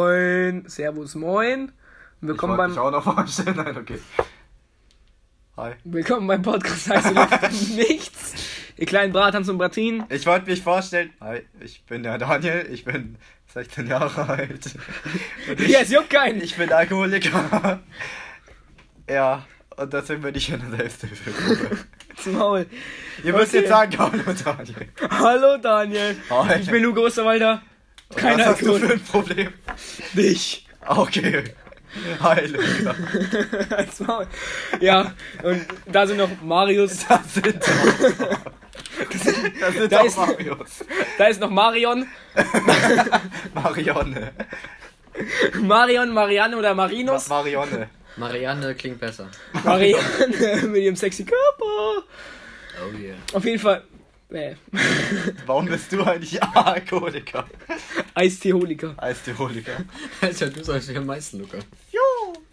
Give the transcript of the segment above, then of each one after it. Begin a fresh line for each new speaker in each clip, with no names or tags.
Moin, Servus, moin. Willkommen
ich wollte
beim,
dich auch noch vorstellen. Nein, okay. Hi.
willkommen beim Podcast Heiße Luft Nichts. Ihr kleinen Bratans und Bratin.
Ich wollte mich vorstellen. Hi, ich bin der Daniel. Ich bin 16 Jahre alt. Und
Ja, es juckt keinen.
Ich bin Alkoholiker. Ja, und deswegen bin ich in der Selbsthilfegruppe.
Zum Maul.
Ihr müsst
Okay.
jetzt sagen, hallo Daniel.
Hallo Daniel.
Hi.
Ich bin Luke Osterwalder.
Oh, Und
Keiner
was hast du
Alkohol.
für ein Problem?
Dich.
Okay. Hi, Luca.
Als Maul. Ja, und da sind noch Marius.
Das sind auch, das sind
Da
auch
ist-
Marios.
Da ist noch Marion.
Marionne.
Marion, Marianne oder Marinus.
Marionne.
Marianne klingt besser.
Marianne mit ihrem sexy Körper.
Oh yeah.
Auf jeden Fall. Äh,
Warum bist du eigentlich Alkoholiker?
Eisteeholiker.
Alkoholiker.
Alter, du sagst mir am meisten, Luca.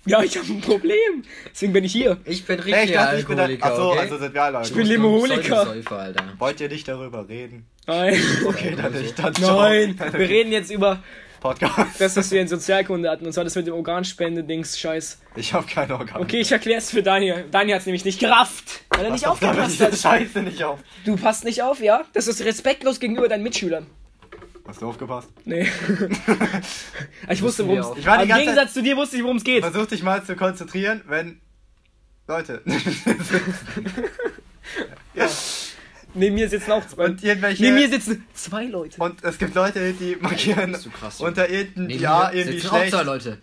Ja, ich habe ein Problem. Deswegen bin ich hier.
Ich bin richtiger
Hey, ich dachte, ich bin
Alkoholiker,
der... Achso,
okay?
also sind wir alle
Ich bin
Alkoholiker.
Lemoholiker.
Säufer, Alter.
Wollt ihr nicht darüber reden? also
Nein.
Okay, dann nicht. Dann ciao.
Nein. Wir reden jetzt über
Podcast.
das, was wir in Sozialkunde hatten. Und zwar das mit dem Organspende-Dings. Scheiß.
Ich hab keine Organe.
Okay, ich erklär's für Daniel. Daniel hat's nämlich nicht gerafft. Weil er
Pass
nicht
auf, damit
aufgepasst
diese
hat.
Scheiße nicht auf.
Du passt nicht auf, ja? Das ist respektlos gegenüber deinen Mitschülern.
Hast du aufgepasst?
Nee. ich wusste,
wir
worum
auch.
es
Ich war die
Im
ganze Zeit-
Gegensatz zu dir wusste ich, worum es geht.
Versuch dich mal zu konzentrieren, wenn... Leute.
Neben mir sitzen auch zwei.
Und irgendwelche-
Neben mir sitzen zwei Leute.
Und es gibt Leute, die markieren
Bist du krass, Junge.
unter irgendein
Neben
Ja
mir
irgendwie
sitzen auch
schlecht.
zwei Leute.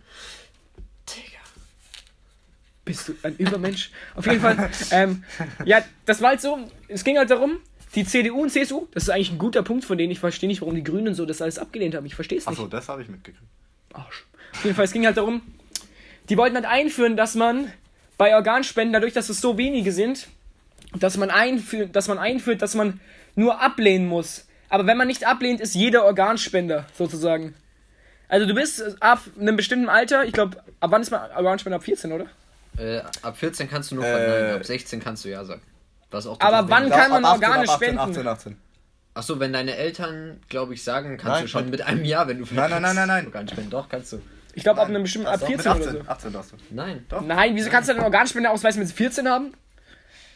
Bist du ein Übermensch? Auf jeden Fall. Ähm, ja, das war halt so. Es ging halt darum, die CDU und CSU, das ist eigentlich ein guter Punkt von denen. Ich verstehe nicht, warum die Grünen so das alles abgelehnt haben. Ich verstehe es nicht.
Achso, das habe ich mitgekriegt.
Arsch. Auf jeden Fall, es ging halt darum, die wollten halt einführen, dass man bei Organspenden, dadurch, dass es so wenige sind, dass man, einführ, dass man einführt, dass man nur ablehnen muss. Aber wenn man nicht ablehnt, ist jeder Organspender sozusagen. Also du bist ab einem bestimmten Alter, ich glaube, ab wann ist man Organspender? Ab 14, oder?
Äh, ab 14 kannst du nur
Äh.
verneinen, ab 16 kannst du ja sagen. Was auch
Aber
total
wann
wenig
kann
Ab
man
18,
Organe
ab 18,
spenden?
18, 18.
ist. Achso, wenn deine Eltern, glaube ich, sagen, kannst
Nein,
du schon
nein.
mit einem Jahr, wenn du
Nein, nein, nein, nein, nein.
Organ spenden. Doch, kannst du.
Ich glaube, ab einem bestimmten, ab
Doch, mit
14 oder so.
18, 18 darfst du.
Nein.
Doch.
Nein, wieso kannst du einen Organspenderausweis mit 14 haben?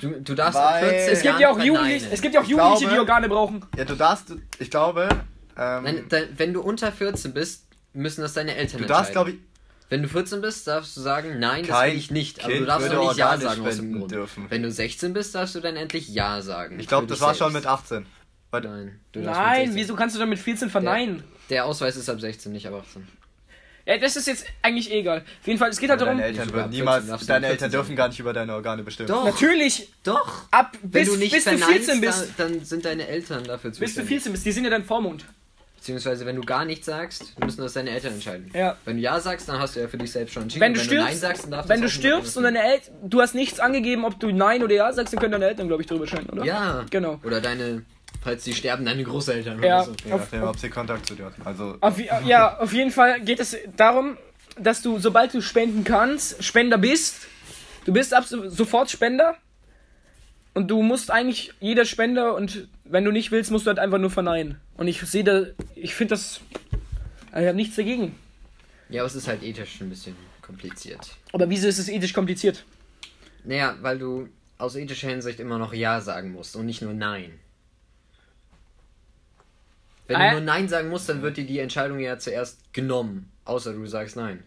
Du, du darfst ab
Weil-
14
Es
Es gibt ja auch Jugendliche, es gibt ja auch
Ich
Jugendliche die
glaube-
Organe brauchen.
Ja, du darfst, ich glaube, ähm,
Nein, da, wenn du unter 14 bist, müssen das deine Eltern
du darfst,
entscheiden.
glaube ich,
Wenn du 14 bist, darfst du sagen, nein, das
Kein
will ich nicht. Aber
Kind
du darfst
würde
doch nicht Ja
Organe
sagen aus dem
spenden
Grund.
dürfen.
Wenn du 16 bist, darfst du dann endlich Ja sagen.
ich glaube,
Für
das
dich
war schon mit
selbst.
18. Warte,
Nein, du darfst mit
Nein,
16.
wieso kannst du dann mit 14 verneinen?
Der Ausweis ist ab 16, nicht ab 18.
Ja, das ist jetzt eigentlich egal. Auf jeden Fall, es geht halt darum.
deine Eltern
Sogar
würden
14
niemals,
darfst du
deine
ab
Eltern
14
dürfen gar nicht über deine Organe bestimmen.
Doch,
Natürlich,
doch.
ab
Wenn
bis,
du nicht
bis du
verneinst,
14 bist.
Dann, dann sind deine Eltern dafür
Bis du
zuständig.
14 bist, die sind ja dein Vormund.
Beziehungsweise, wenn du gar nichts sagst, müssen das deine Eltern entscheiden.
Ja.
Wenn du Ja sagst, dann hast du ja für dich selbst schon entschieden.
Wenn du
Und
stirbst,
Nein sagst, dann darfst
wenn
das
du
auch niemand
stirbst und
anders
deine Eltern, du hast nichts angegeben, ob du Nein oder Ja sagst, dann können deine Eltern, glaube ich, drüber entscheiden, oder?
tun. Ja.
Genau.
Oder deine, falls die sterben, deine Großeltern.
Ja,
Oder so.
Je nachdem, ob sie Kontakt zu dir hatten. Also,
Auf, ja, auf jeden Fall geht es darum, dass du, sobald du spenden kannst, Spender bist. Du bist ab so- sofort Spender. Und du musst eigentlich jeder Spender und wenn du nicht willst, musst du halt einfach nur verneinen. Und ich sehe da, ich finde das, also ich habe nichts dagegen.
Ja, aber es ist halt ethisch ein bisschen kompliziert.
Aber wieso ist es ethisch kompliziert?
Naja, weil du aus ethischer Hinsicht immer noch Ja sagen musst und nicht nur Nein. Wenn
Äh?
du nur Nein sagen musst, dann wird dir die Entscheidung ja zuerst genommen, außer du sagst Nein.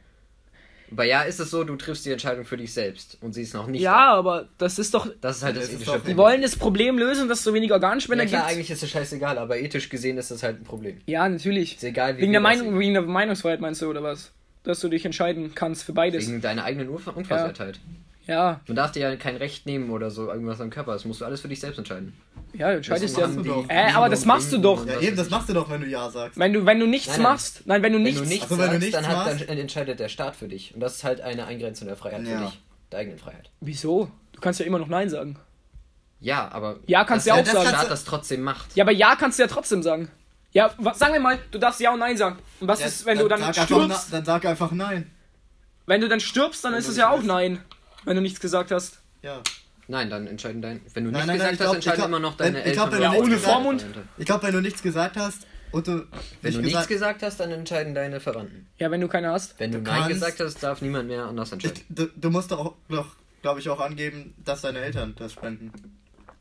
Bei Ja ist es so, du triffst die Entscheidung für dich selbst und sie ist noch nicht.
Ja, aber das ist doch,
Das ist halt das,
Das ist
ethische
doch-
Problem.
die wollen das Problem lösen, dass es so wenig Organspender
ja, klar,
gibt.
eigentlich ist es scheißegal, aber ethisch gesehen ist das halt ein Problem.
Ja, natürlich.
Ist egal, wie
Wegen der,
wir das
Meinung, wegen der Meinungsfreiheit meinst du, oder was? Dass du dich entscheiden kannst für beides.
Wegen deiner eigenen Unver- Unversehrtheit.
ja,
Man darf dir ja kein Recht nehmen oder so, irgendwas am Körper. Das musst du alles für dich selbst entscheiden.
ja, du entscheidest ja.
machen
du
die
doch.
Äh, aber das machst du doch.
Ja,
das machst du doch, wenn du Ja sagst.
Wenn du, wenn du nichts
Nein, nein.
machst, nein, wenn du
Wenn
nichts,
du nichts
Also, wenn
sagst,
du nichts
dann, hat,
machst-
dann entscheidet der Staat für dich. Und das ist halt eine Eingrenzung der Freiheit für
Ja.
dich. Der eigenen Freiheit.
wieso? Du kannst ja immer noch Nein sagen.
Ja, aber
Ja, kannst du ja
dass
auch
der
sagen.
Staat das trotzdem macht.
Ja, aber Ja kannst du ja trotzdem sagen. Ja, was, sagen wir mal, du darfst Ja und Nein sagen. Und was ist, wenn du dann stirbst?
dann sag einfach Nein.
Wenn du dann stirbst, dann ist
du
es
nicht
ja auch
weißt.
Nein, wenn du nichts gesagt hast.
Ja.
Nein, dann entscheiden dein. Wenn du
Nein,
nicht
nein, nein, ich
gesagt hast,
glaub- ich
entscheiden
glaub-
immer noch
wenn-
deine
ich glaub,
Eltern.
wenn du
oder
nichts
deine
gesagt-
Freunde.
Ich glaube, wenn du nichts gesagt hast,
Und du,
Wenn
nicht
du nichts
gesagt,
gesagt hast, dann entscheiden deine Verwandten.
Ja, wenn du keine hast.
Wenn du,
Du
Nein
kannst-
gesagt hast, darf niemand mehr anders entscheiden.
ich, du, du musst doch, auch- doch glaube ich, auch angeben, dass deine Eltern das spenden.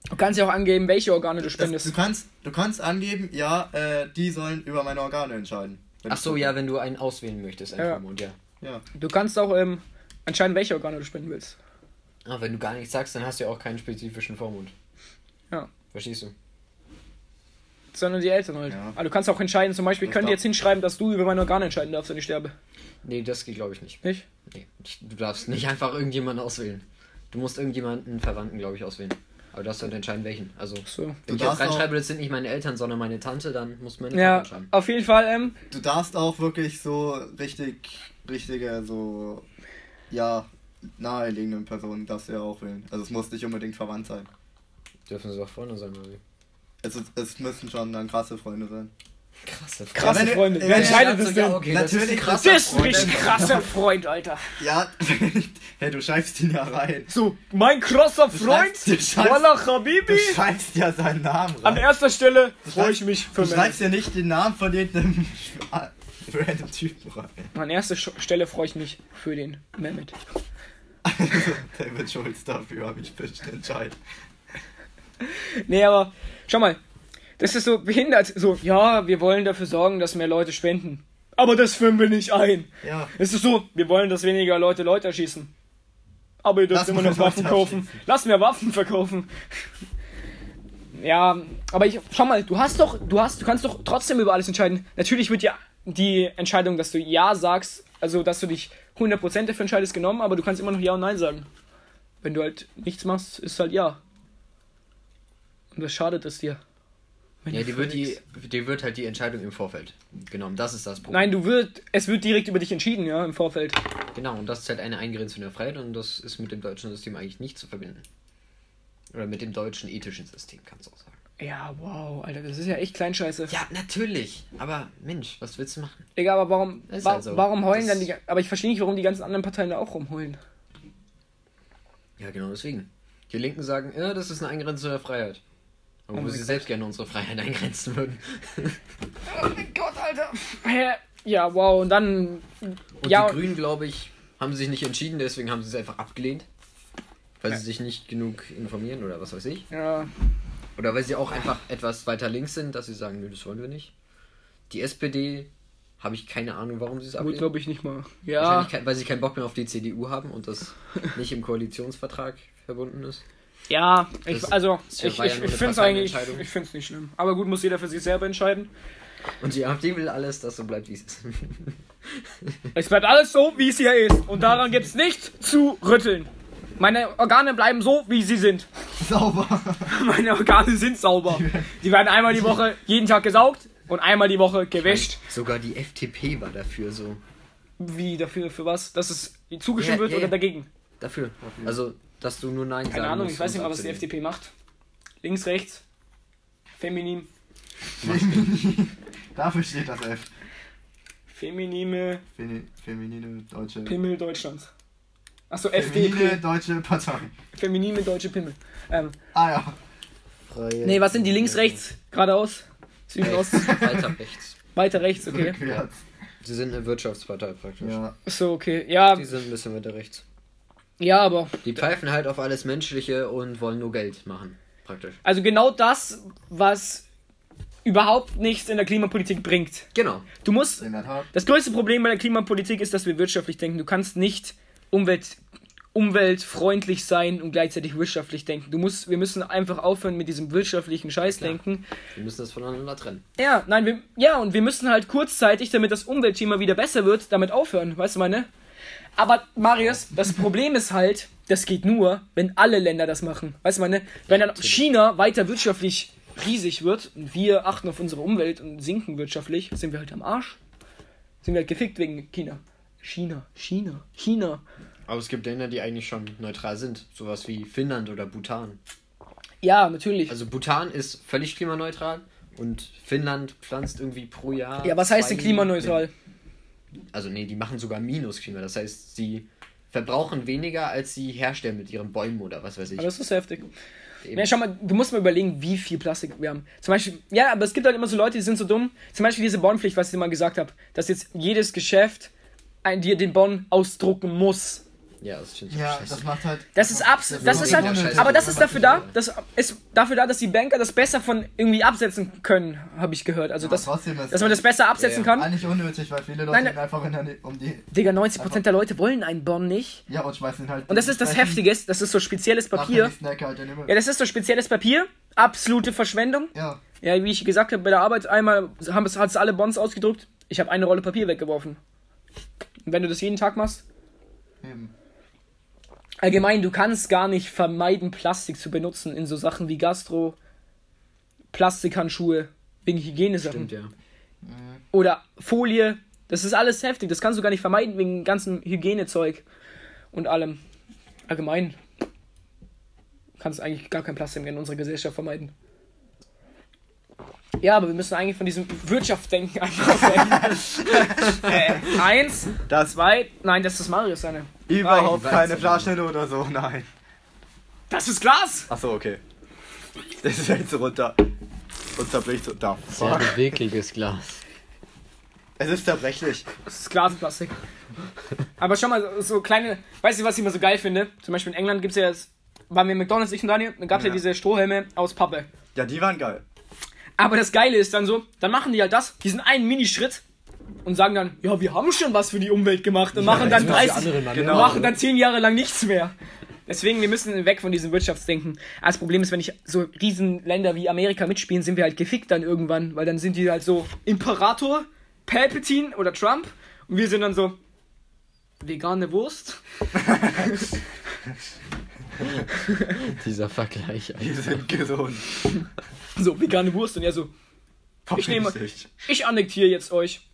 Du kannst ja auch angeben, welche Organe du
Das, du,
spendest.
kannst, du kannst angeben, ja, äh, die sollen über meine Organe entscheiden. Wenn
Ach
ich-
so, ja, wenn du einen auswählen möchtest, ein
Ja.
Hormon, ja.
ja.
Du kannst auch ähm, entscheiden, welche Organe du spenden willst.
Ah, wenn du gar nichts sagst, dann hast du ja auch keinen spezifischen Vormund.
Ja.
Verstehst du?
Sondern die Eltern halt.
Ja.
Aber du kannst auch entscheiden, zum Beispiel, ich
Ich
könnte
glaub-
jetzt hinschreiben, dass du über meine Organe entscheiden darfst, wenn ich sterbe.
Nee, das geht, glaube ich, nicht.
Nicht?
Nee, du darfst nicht einfach irgendjemanden auswählen. Du musst irgendjemanden Verwandten, glaube ich, auswählen. Aber du darfst dann entscheiden, welchen. Also,
So.
wenn ich
darfst
jetzt reinschreibe, das sind nicht meine Eltern, sondern meine Tante, dann muss meine
Ja,
Tante entscheiden.
auf jeden Fall, ähm,
Du darfst auch wirklich so richtig, richtige, so, ja, naheliegenden Personen darfst du ja auch wählen. Also es muss nicht unbedingt verwandt sein.
Dürfen sie doch Freunde sein, oder wie?
Es, ist- es müssen schon dann krasse Freunde sein.
Krasse Freunde.
krasse
wenn du-
Freunde.
wenn
Wer
du-
entscheidet
Ja,
das
ja,
denn?
okay, das ist ein
Natürlich-
Das
krasser
ist
Freund.
mich ein krasser Freund, Alter.
Ja, hey, du schreibst ihn ja rein.
So, mein krasser Freund,
schreibst- du schreibst-
Wallah
Du
Habibi.
schreibst ja seinen Namen
An
rein.
erster Stelle
Du
freue
schreibst-
ich mich für
Du
Männer.
schreibst ja nicht den Namen von irgendeinem sch- random Typen rein.
An erster Sch- Stelle freue ich mich für den Mehmet.
Also, David Schulz dafür habe ich bestimmt entscheiden.
Nee, aber schau mal. Das ist so behindert. So, ja, wir wollen dafür sorgen, dass mehr Leute spenden. Aber das führen wir nicht ein.
Ja.
Es ist so, wir wollen, dass weniger Leute Leute erschießen. Aber ihr dürft
Lass
immer
mal
noch Waffen
Leute
kaufen. Lass mir Waffen verkaufen. ja, aber ich, schau mal, du hast doch, du hast, du kannst doch trotzdem über alles entscheiden. Natürlich wird ja die Entscheidung, dass du Ja sagst, also dass du dich 100% dafür entscheidest, genommen, aber du kannst immer noch Ja und Nein sagen. Wenn du halt nichts machst, ist halt Ja. Und das schadet es dir. Wenn
Ja,
du
die wird, die,
völlig-
die wird halt die Entscheidung im Vorfeld genommen. Das ist das Problem.
Nein, du wird, es wird direkt über dich entschieden, ja, im Vorfeld.
Genau, und das ist halt eine Eingrenzung der Freiheit und das ist mit dem deutschen System eigentlich nicht zu verbinden. Oder mit dem deutschen ethischen System, kannst du auch sagen.
Ja, wow, Alter, das ist ja echt Kleinscheiße.
Ja, natürlich. Aber Mensch, was willst du machen?
Digga, aber warum,
Ist
wa
halt so.
warum heulen
Das-
dann die. ga- Aber ich verstehe nicht, warum die ganzen anderen Parteien da auch rumheulen.
Ja, genau deswegen. Die Linken sagen, ja, das ist eine Eingrenzung der Freiheit. Obwohl
Oh mein
sie selbst gerne unsere Freiheit eingrenzen würden.
Oh mein Gott, Alter. Hä? Ja, wow, und dann.
Und
Ja,
die
und-
Grünen, glaube ich, haben sich nicht entschieden, deswegen haben sie es einfach abgelehnt. Weil sie sich nicht genug informieren oder was weiß ich.
Ja,
Oder weil sie auch einfach etwas weiter links sind, dass sie sagen, nö, das wollen wir nicht. Die SPD, habe ich keine Ahnung, warum sie es
gut,
ablehnen.
glaube ich nicht mal. Ja.
Wahrscheinlich, kein- weil sie keinen Bock mehr auf die CDU haben und das nicht im Koalitionsvertrag verbunden ist.
Ja, ich,
Das-
also,
das
ich,
war
ich,
ja
ich
nur eine
finde es eigentlich. Ich,
Parteienentscheidung.
ich finde es nicht schlimm. Aber gut, muss jeder für sich selber entscheiden.
Und die AfD will alles, dass so bleibt, wie es ist.
Es bleibt alles so, wie es hier ist. Und daran gibt's nichts zu rütteln. Meine Organe bleiben so, wie sie sind.
Sauber.
Meine Organe sind sauber. Die werden einmal die Woche jeden Tag gesaugt und einmal die Woche gewäscht.
Sogar die FDP war dafür so.
Wie dafür, für was? Dass es zugestimmt
Ja,
wird
ja,
oder
ja.
dagegen?
Dafür. Also, dass du nur Nein
Keine
sagen
Ahnung,
musst,
ich weiß
um
nicht mal, was die
abzulehnen.
FDP macht. Links, rechts, feminin,
Dafür steht das F.
feminime
Femi- Feminine deutsche.
Pimmel Deutschlands. Achso,
Feminine
FDP,
deutsche Partei.
feminime deutsche Pimmel. Ähm,
Ah ja.
nee, was sind die links, rechts, geradeaus, Süden, Osten,
Rechts, weiter rechts.
weiter rechts, okay.
Rückwärts.
Sie sind eine Wirtschaftspartei praktisch.
Ja.
So, okay, ja,
Die sind ein bisschen weiter rechts.
ja, aber.
Die pfeifen halt auf alles Menschliche und wollen nur Geld machen. Praktisch.
Also genau das, was überhaupt nichts in der Klimapolitik bringt.
Genau.
Du musst
In der Tat.
Das größte Problem bei der Klimapolitik ist, dass wir wirtschaftlich denken. Du kannst nicht umwelt, umweltfreundlich sein und gleichzeitig wirtschaftlich denken. Du musst, wir müssen einfach aufhören mit diesem wirtschaftlichen Scheißdenken.
Wir müssen das voneinander trennen.
Ja, nein, wir, ja, und wir müssen halt kurzzeitig, damit das Umweltthema wieder besser wird, damit aufhören. Weißt du meine? Aber Marius, das Problem ist halt, das geht nur, wenn alle Länder das machen. Weißt du meine? Wenn dann China weiter wirtschaftlich riesig wird und wir achten auf unsere Umwelt und sinken wirtschaftlich, sind wir halt am Arsch. Sind wir halt gefickt wegen China. China, China, China.
Aber es gibt Länder, die eigentlich schon neutral sind. Sowas wie Finnland oder Bhutan.
Ja, natürlich.
Also Bhutan ist völlig klimaneutral und Finnland pflanzt irgendwie pro Jahr.
ja, was heißt
zwei
denn klimaneutral?
Also nee, die machen sogar Minusklima. Das heißt, sie verbrauchen weniger, als sie herstellen mit ihren Bäumen oder was weiß ich.
Aber das ist heftig.
Eben.
Na, schau mal, du musst mal überlegen, wie viel Plastik wir haben. Zum Beispiel, ja, aber es gibt halt immer so Leute, die sind so dumm. Zum Beispiel diese Bonpflicht, was ich dir mal gesagt habe, dass jetzt jedes Geschäft ein, dir den Bon ausdrucken muss.
Ja, das stimmt.
Ja, das macht halt.
Das ist abs das
eh
ist halt, aber das ist dafür da, das ist dafür da, dass die Banker das besser von irgendwie absetzen können, habe ich gehört. Also dass,
trotzdem ist
dass man das besser absetzen
Ja,
kann.
eigentlich unnötig, weil viele Leute
Nein,
gehen einfach in der, um die.
Digga, 90% der Leute wollen einen Bon nicht.
Ja, und schmeißen ihn halt.
Und das ist das Heftige, das ist so spezielles Papier.
Snack halt in den Müll.
Ja, das ist so spezielles Papier. Absolute Verschwendung.
Ja.
Ja, wie ich gesagt habe, bei der Arbeit einmal haben es, hat's alle Bonds ausgedruckt. Ich habe eine Rolle Papier weggeworfen. Und wenn du das jeden Tag machst,
Eben.
allgemein, du kannst gar nicht vermeiden, Plastik zu benutzen in so Sachen wie Gastro, Plastikhandschuhe, wegen Hygienesachen.
Stimmt, ja.
Oder Folie. Das ist alles heftig. Das kannst du gar nicht vermeiden wegen dem ganzen Hygienezeug und allem. Allgemein kannst eigentlich gar kein Plastik mehr in unserer Gesellschaft vermeiden. Ja, aber wir müssen eigentlich von diesem Wirtschaftsdenken einfach weg. äh, eins,
Das
zwei, nein, das ist Marius seine.
Überhaupt
Nein.
keine Flaschen oder so, nein.
Das ist Glas!
Achso, okay. Das ist jetzt runter. Und zerbricht so. Da.
Sehr
Fuck.
bewegliches Glas.
Es ist zerbrechlich.
Das ist Glasplastik. Aber schon mal so kleine. Weißt du, was ich immer so geil finde? Zum Beispiel in England gibt es ja jetzt. Waren wir in McDonalds, ich und Daniel, dann gab es ja.
Ja.
diese Strohhelme aus Pappe.
Ja, die waren geil.
Aber das Geile ist dann so: dann machen die halt das, diesen einen Minischritt und sagen dann, ja, wir haben schon was für die Umwelt gemacht und machen dann
jetzt müssen die
30.
anderen dann
Genau.
mehr
Machen
machen.
dann 10 Jahre lang nichts mehr. Deswegen, wir müssen weg von diesem Wirtschaftsdenken. Aber das Problem ist, wenn ich so riesen Länder wie Amerika mitspielen, sind wir halt gefickt dann irgendwann, weil dann sind die halt so Imperator, Palpatine oder Trump und wir sind dann so vegane Wurst.
Dieser Vergleich.
Die sind gesund.
So, vegane Wurst und ja so, Ich nehme-
Verpiss dich.
ich annektiere jetzt euch.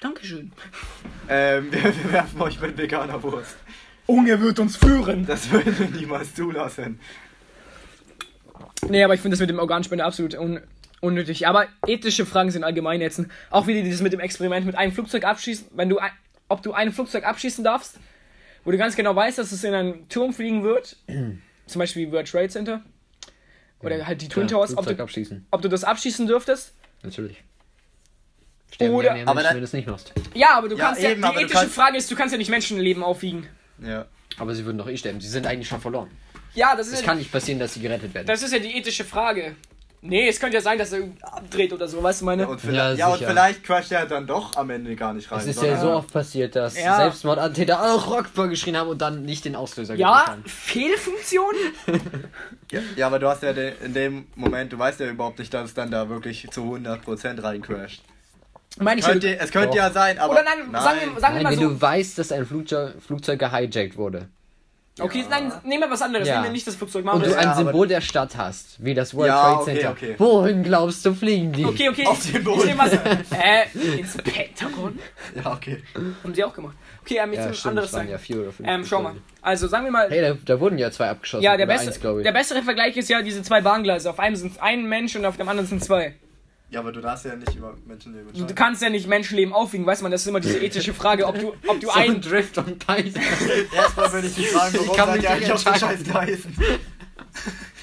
Dankeschön.
Ähm, wir, wir werfen euch mit veganer Wurst.
Unge wird uns führen.
Das würden wir niemals zulassen.
Nee, aber ich finde das mit dem Organspender absolut un unnötig. Aber ethische Fragen sind allgemein jetzt. ne? Auch wieder dieses mit dem Experiment mit einem Flugzeug abschießen, wenn du ein, ob du ein Flugzeug abschießen darfst, wo du ganz genau weißt, dass es in einen Turm fliegen wird, zum Beispiel World Trade Center oder halt die Twin Towers, ob
Flugzeug
du,
abschießen.
ob du das abschießen dürftest.
Natürlich. Sterben
Oder-
ja mehr
aber
Menschen,
da-
wenn du es nicht machst.
Ja, aber du
Ja,
kannst
eben,
ja.
aber
Die
du
ethische
kannst-
Frage ist, du kannst ja nicht Menschenleben aufwiegen.
Ja.
Aber sie würden doch eh sterben. Sie sind eigentlich schon verloren.
Ja, das ist,
Es
ja,
kann nicht passieren, dass sie gerettet werden.
das ist ja die ethische Frage. Nee, es könnte ja sein, dass er abdreht oder so, weißt du meine?
Und vielleicht,
Ja,
ja, und
sicher.
vielleicht crasht er dann doch am Ende gar nicht rein.
Es ist ja so oft passiert, dass
Ja.
Selbstmordattentäter auch Rockbar geschrien haben und dann nicht den Auslöser
Ja,
gedrückt
Fehlfunktion?
ja, ja, aber du hast ja de in dem Moment, du weißt ja überhaupt nicht, dass es dann da wirklich zu 100% rein crasht.
Meine ich ja,
Könnte, es könnte
Doch.
ja sein, aber.
Oder nein, sagen wir, sagen
haben.
wir
Nein,
mal
wenn
so.
du weißt, dass ein Flugzeug, Flugzeug gehijackt wurde
Okay, nein, nehmen wir was anderes.
Ja.
Nehmen wir nicht das Flugzeug. Machen
und
wir
du
das.
ein-
ein
aber-
Symbol der Stadt hast, wie das World
Ja,
Trade
okay,
Center.
okay.
Wohin glaubst du, fliegen die?
Okay, okay.
Auf den Boden.
Ich nehme was. Äh, ins Pentagon?
Ja, okay.
Haben sie auch gemacht. Okay, ähm, jetzt
Ja,
muss
stimmt,
anderes
es waren
sagen.
ja vier oder fünf.
ähm, schau mal.
Flugzeuge.
Also sagen wir mal.
Hey, da, da wurden ja zwei abgeschossen.
ja, der,
oder
beste,
eins, glaube ich.
der bessere Vergleich ist ja diese zwei Bahngleise. Auf einem sind ein Mensch und auf dem anderen sind zwei.
Ja, aber du darfst ja nicht über Menschenleben
Du,
entscheiden.
kannst ja nicht Menschenleben aufwiegen, weiß man. Das ist immer diese ethische Frage, ob du, ob du
so ein
einen.
Drift und Python.
Erstmal würde ich dich fragen, warum
Ich kann
seid
mich
ihr
nicht
eigentlich auf den scheiß
entscheiden.
Gleisen?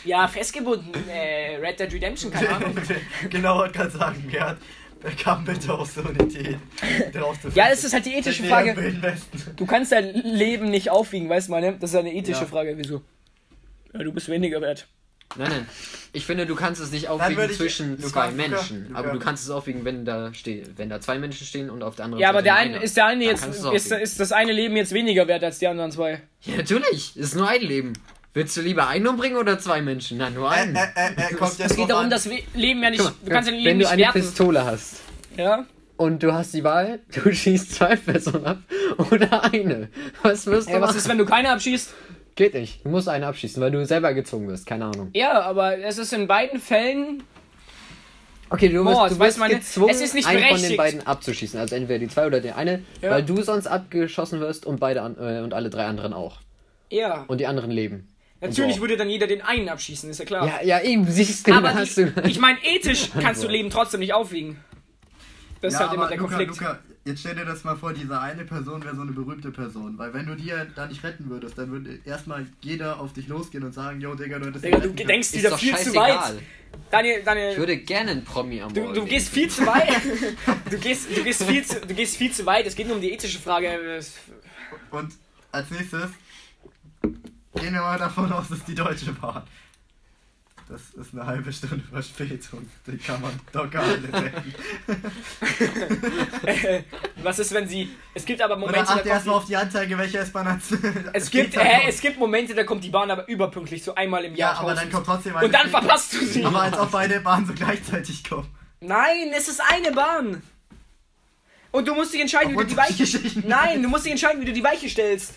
Ja, festgebunden. Äh, Red Dead Redemption, keine Ahnung.
genau, wollte gerade sagen, Gerd. Wer kam bitte auf so eine Idee, drauf zu
Ja, das ist halt die ethische Frage.
Besten.
Du kannst dein Leben nicht aufwiegen, weißt du, meine? Das ist eine ethische
Ja.
Frage. Wieso? Ja, du bist weniger wert.
Nein, nein. Ich finde, du kannst es nicht
würde
aufwiegen
ich-
zwischen
Luca,
zwei
Luca,
Menschen.
Luca.
Aber du kannst es aufwiegen, wenn da, steh, wenn da zwei Menschen stehen und auf der anderen
Ja,
Seite
aber der
nur
eine
einer.
ist der eine
Dann
jetzt
kannst du es
ist,
aufwiegen.
ist das eine Leben jetzt weniger wert als die anderen zwei.
Ja, natürlich. Ist nur ein Leben. Willst du lieber einen umbringen oder zwei Menschen? Nein, nur
Äh,
einen.
äh, äh, äh, kommt jetzt
Es geht
drauf
darum,
an.
dass We- Leben ja nicht.
Guck mal,
Du kannst ja
wenn
Leben
du
nicht
eine
werten.
Pistole hast
Ja?
und du hast die Wahl, du schießt zwei Personen ab oder eine. Was wirst du
Ey, was
machen?
ist, wenn du keine abschießt?
Geht nicht. Du musst eine abschießen, weil du selber gezwungen wirst. Keine Ahnung.
Ja, aber es ist in beiden Fällen.
Okay, du
Boah,
wirst,
du weißt
du wirst
meine-
gezwungen,
es ist nicht
einen von
berechtigt.
den beiden abzuschießen. Also entweder die zwei oder die eine,
Ja.
weil du sonst abgeschossen wirst und beide an, äh, und alle drei anderen auch.
Ja.
Und die anderen leben. Und
Natürlich
so.
würde dann jeder den einen abschießen, ist ja klar.
Ja, ja, eben, siehst du,
aber
da hast
die,
du.
ich meine, ethisch kannst du Leben trotzdem nicht aufwiegen. Das ist halt immer der
aber
Konflikt.
Luca, Jetzt stell dir das mal vor, diese eine Person wäre so eine berühmte Person. Weil wenn du die ja da nicht retten würdest, dann würde erstmal jeder auf dich losgehen und sagen, yo, Digga, du hättest
Digga,
ihn
du
retten können.
denkst
Ist
wieder
doch
viel zu
scheißegal.
weit. Daniel,
Ich
Daniel,
würde gerne einen Promi am
du,
Maul
du
nehmen.
gehst viel zu weit. Du gehst, du, gehst viel zu, du gehst viel zu weit. Es geht nur um die ethische Frage.
Und als nächstes gehen wir mal davon aus, dass die Deutsche Bahn. Das ist eine halbe Stunde Verspätung. Die kann man locker alle retten.
Was ist, wenn sie. Es gibt aber
Oder
Momente,
achte
da
erstmal
kommt
auf die Anzeige, welche S-Bahn hat
die, es, gibt, hä, es gibt Momente, da kommt die Bahn aber überpünktlich, so einmal im Jahr.
Ja, aber dann kommt trotzdem eine
Und dann
später.
verpasst du sie.
Aber als ob beide Bahnen so gleichzeitig kommen.
Nein, es ist eine Bahn. Und du musst dich entscheiden, wie du die Weiche.
Unterschiedlichen-
Nein, du musst dich entscheiden, wie du die Weiche stellst.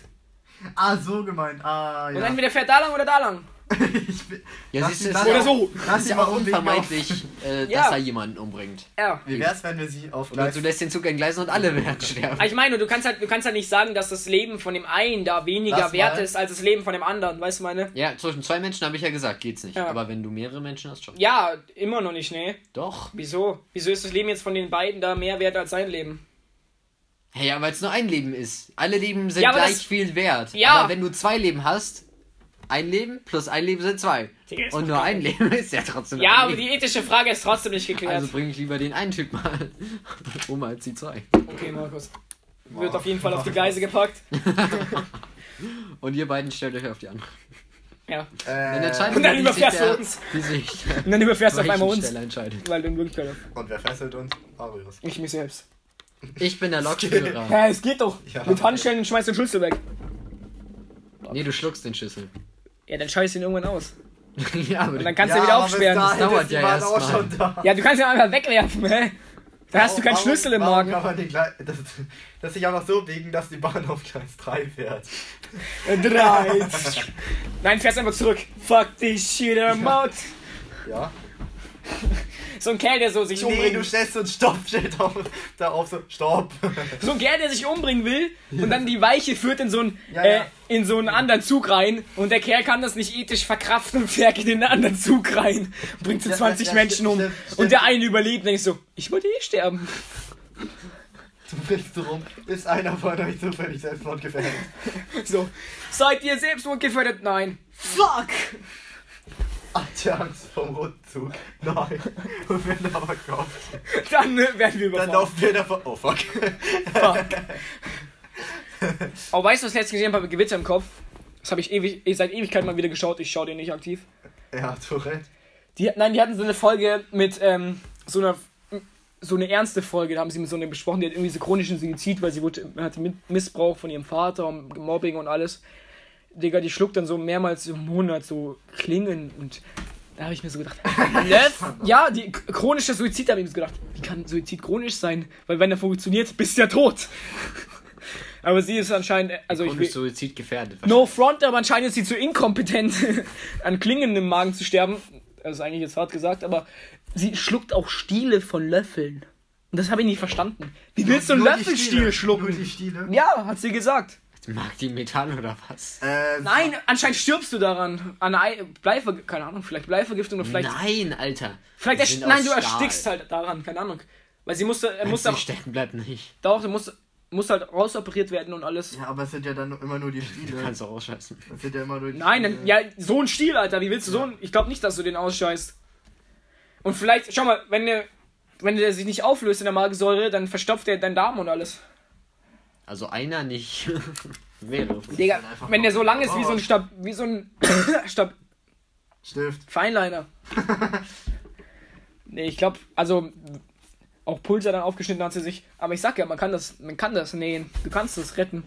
Ah, so gemeint. Ah,
Und
ja.
entweder fährt da lang oder da lang.
Ich bin-
Ja,
Lass
siehst
ihn
du,
dann
ist ja
Oder so.
Lass
ist
ihn
ja
mal
auch
umwegen auf-
unvermeidlich, äh, dass
Ja.
er jemanden umbringt.
Ja.
Wie wär's, wenn wir sie auf
Oder
Gleis...
du lässt den Zug ein Gleis und alle werden sterben.
Aber Ich meine, du kannst halt, du kannst halt nicht sagen, dass das Leben von dem einen da weniger
Lass
wert
mal.
ist als das Leben von dem anderen, weißt du meine?
Ja, zwischen zwei Menschen habe ich ja gesagt, geht's nicht.
Ja.
Aber wenn du mehrere Menschen hast, schon.
Ja, immer noch nicht, ne?
Doch.
Wieso? Wieso ist das Leben jetzt von den beiden da mehr wert als sein Leben?
Hey, ja, weil es nur ein Leben ist. Alle Leben sind
Ja, aber
gleich
das-
viel wert.
Ja.
Aber wenn du zwei Leben hast, ein Leben plus ein Leben sind zwei.
Digga, ist
Und
doch
nur ein Leben ist ja trotzdem
Ja,
ein
aber
Leben.
die ethische Frage ist trotzdem nicht geklärt.
Also bring ich lieber den einen Typ mal um als die zwei.
okay, Markus. Wird auf jeden Fall auf die Gleise gepackt.
Und ihr beiden stellt euch auf die andere.
Ja.
Äh,
Dann entscheidet
Und dann
sich
überfährst
der-
du uns.
Wie sich
Und dann überfährst du auf
der
einmal uns.
Weichensteller entscheidet.
Weil du in Wirklichkeit auf-
und wer fesselt uns? Arius.
Ich mich selbst.
Ich bin der Lokführer.
Ja, es geht doch.
Ja.
Mit Handschellen schmeißt du den Schlüssel weg.
Nee, du schluckst den Schüssel.
Ja, dann scheiß ihn irgendwann aus.
ja, aber
Und dann
du-
kannst du ihn wieder
aber bis
aufsperren.
dahin
Das dauert
ist die
ja
Bahn
erst
auch
mal.
schon da.
Ja, du kannst ihn einfach wegwerfen, hä? Da hast du keinen
Warum-
Schlüssel im
warum
Magen.
Kann man den Gle das, das sich auch noch so biegen, dass die Bahn auf Gleis 3 fährt.
Drei. Nein, fährst einfach zurück. Fuck dich, shit, Maut.
Ja?
So ein Kerl, der so sich
Nee, du
umbringt.
stellst so ein Stoppschild auf, da auf so, stopp.
So ein Kerl, der sich umbringen will und dann die Weiche führt in so einen,
Ja,
äh,
ja.
in so einen anderen Zug rein und der Kerl kann das nicht ethisch verkraften und fährt in den anderen Zug rein. Bringt so
Ja,
20
ja, ja,
Menschen um
stimmt, stimmt.
und der eine überlebt. Denke ich so, ich wollte eh sterben.
Du bist rum, ist einer von euch zufällig selbstmordgefährdet.
So, seid ihr selbstmordgefährdet? Nein. Fuck!
Hat ihr Angst vom Rundzug? Nein. Und wenn er aber kommt,
Dann äh, werden wir
dann
überfahren.
laufen wir davon. Oh fuck.
Aber Oh, weißt du, was ich letztens gesehen habe? Gewitter im Kopf. Das habe ich ewig, eh, seit Ewigkeit mal wieder geschaut. Ich schaue den nicht aktiv.
Ja, Tourette.
Die, nein, die hatten so eine Folge mit ähm, so einer so eine ernste Folge, da haben sie mit so einer besprochen, die hat irgendwie so chronischen Suizid, weil sie wurde, hatte mit Missbrauch von ihrem Vater und Mobbing und alles. Digga, die schluckt dann so mehrmals im Monat so Klingen und da habe ich mir so gedacht, Löff? ja, die chronische Suizid, da habe ich mir so gedacht, wie kann Suizid chronisch sein? Weil wenn er funktioniert, bist du ja tot. Aber sie ist anscheinend, also ich
Und du
will,
bist Suizid gefährdet.
No front, aber anscheinend ist sie zu inkompetent, an Klingen im Magen zu sterben. Das ist eigentlich jetzt hart gesagt, aber sie schluckt auch Stiele von Löffeln. Und das habe ich nicht verstanden. Wie willst du einen
Nur die
Löffelstiel
Stiele, Nur die
schlucken?
Stiele.
Ja, hat sie gesagt.
Mag die Methan oder was?
Äh,
Nein, anscheinend stirbst du daran. An Ei- Bleivergiftung, keine Ahnung, vielleicht Bleivergiftung oder vielleicht.
Nein, Alter.
vielleicht
Die
erst-
sind aus
nein, du
Stahl.
erstickst halt daran, keine Ahnung. Weil sie musste, er
Wenn's
musste,
nicht stecken bleibt nicht.
doch, sie musste, musste halt rausoperiert werden und alles.
Ja, aber es sind ja dann immer nur die Stiele.
Du kannst auch rausscheißen.
Das sind ja immer nur die
Nein,
Stiele.
dann, ja, so ein Stil, Alter. Wie willst du so einen? Ich glaube nicht, dass du den ausscheißt. Und vielleicht, schau mal, wenn der, wenn der sich nicht auflöst in der Magensäure, dann verstopft der deinen Darm und alles.
Also einer nicht. Mehrere.
Digga,
Dann einfach
wenn der so lang ist wie
raus.
so ein Stab, wie so ein Stab
Stift.
Feinliner. nee, ich glaube, also auch Pulser dann aufgeschnitten hat sie sich. Aber ich sag ja, man kann das, man kann das nähen. Du kannst das retten.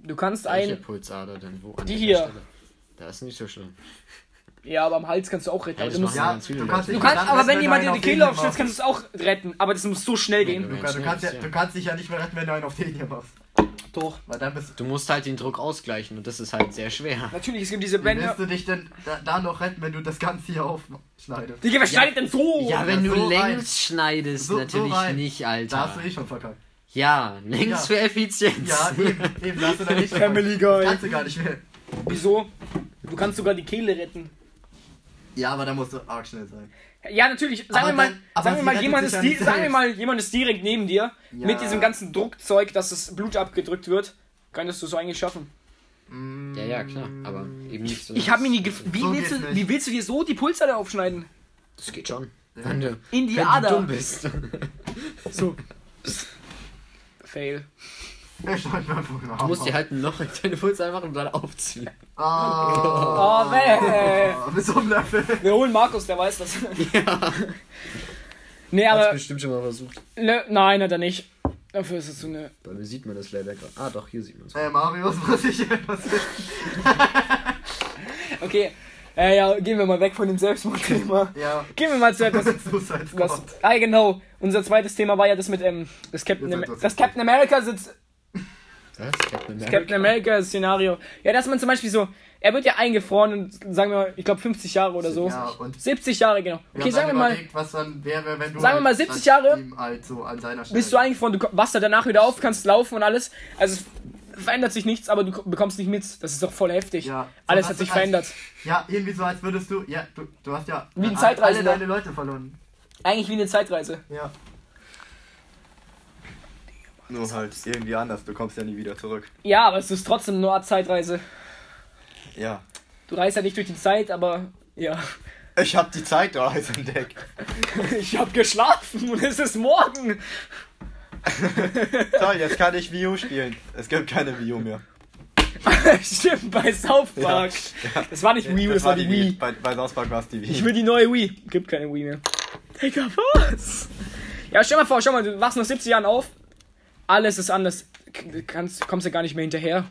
Du kannst
Welche
ein,
Pulsader denn? Wo? An
Die
welcher
hier.
Stelle? Das ist nicht so schlimm.
ja, aber am Hals kannst du auch retten.
Ja,
aber
das
du musst
machen ganz viele Leute.
Du
dich
kannst,
dann
aber
retten,
wenn jemand
du
dir
einen
die
auf den
Kehle
hier
aufschnitzt,
machst.
kannst du es auch retten. Aber das muss so schnell gehen.
du-
Luca, du kannst, ja,
Ja.
du kannst dich ja nicht mehr retten, wenn du einen auf den hier machst.
Doch.
Weil dann bist,
Du musst halt den Druck ausgleichen und das ist halt sehr schwer.
Natürlich, es gibt diese
wie
Bänder.
willst du dich denn da, da noch retten, wenn du das Ganze hier aufschneidest?
Digga, wer schneidet denn so?
Ja, wenn
Ja,
du
so rein.
längs schneidest,
So- so
natürlich
rein.
nicht,
Da hast
Alter.
du eh schon verkackt.
Ja, längs
Ja.
für Effizienz.
Ja, eben, eben, da hast du dann nicht verkackt.
Family Guy.
Das Kannst du gar nicht mehr.
Wieso? Du kannst sogar die Kehle retten.
Ja, aber da musst du arg schnell sein.
Ja, natürlich. Sagen
Aber
wir mal,
dann- aber
sagen wir
sie
mal
rettet
jemand
sich
ist
ja
di-
nicht
sagen wir
selbst.
mal, jemand ist direkt neben dir
Ja.
mit diesem ganzen Druckzeug, dass das Blut abgedrückt wird. Könntest du so eigentlich schaffen?
Ja, ja, klar. Aber eben nicht so.
Ich habe mir nie gef wie,
So
willst
geht's
du,
nicht.
wie willst du dir so die Pulsader aufschneiden?
Das geht schon. Wenn du,
In die
wenn
Ader.
du dumm bist.
So. Fail.
Ich wollte mal Programm.
Du musst dir halt noch in deine Pulse machen und dann aufziehen.
Ah,
Oh, weh.
mit so einem Löffel.
Wir holen Markus, der weiß das.
Ja.
Nee,
Hast
aber.
bestimmt schon mal versucht.
Ne, nein, hat er nicht. Dafür ist es so eine.
Bei mir sieht man das leider gerade. Ah, doch, hier sieht man es.
Äh,
Ey, Marius, muss ich etwas wissen?
Okay. Äh, ja, gehen wir mal weg von dem Selbstmordthema.
Ja.
Gehen wir mal zu etwas.
Suicide
Was,
Squad.
ah, genau. Unser zweites Thema war ja das mit ähm, das Captain,
Jetzt
Am
etwas.
das Captain America sitzt.
Was? Captain
Captain
America?
America Szenario. Ja, dass man zum Beispiel so, er wird ja eingefroren und sagen wir mal, ich glaube 50 Jahre oder so.
Ja, und
70 Jahre, genau.
wir
Okay,
haben
sagen wir
dann
mal,
überlegt, was dann wäre, wenn du
Sagen wir mal
halt
70
statt
Jahre.
ihm halt so an seiner Stelle.
bist du eingefroren, du ko- wachst da danach wieder auf, kannst laufen und alles. Also es verändert sich nichts, aber du ko- bekommst nicht mit. Das ist doch voll heftig.
Ja. halt
Alles
Dann
hat
hast
sich
du-
verändert.
Ja, irgendwie so, als würdest du. Ja, du, du hast ja.
Wie ein
alle-
Zeitreisender.
Alle deine Leute verloren.
Eigentlich wie eine Zeitreise.
Ja. Nur halt irgendwie anders, du kommst ja nie wieder zurück.
Ja, aber es ist trotzdem nur eine Art Zeitreise.
Ja.
Du reist ja nicht durch die Zeit, aber ja.
Ich hab die Zeitreise entdeckt.
Ich hab geschlafen und es ist morgen.
So, jetzt kann ich Wii U spielen. Es gibt keine Wii U mehr.
Stimmt, bei South Park. Das war nicht Wii U, das, war die Wii.
Bei, bei South Park war es die Wii.
Ich will die neue Wii. Gibt keine Wii mehr. Digga, was? Ja, stell mal vor, schau mal, du wachst nach 70 Jahren auf. Alles ist anders. K- Kannst, kommst ja gar nicht mehr hinterher.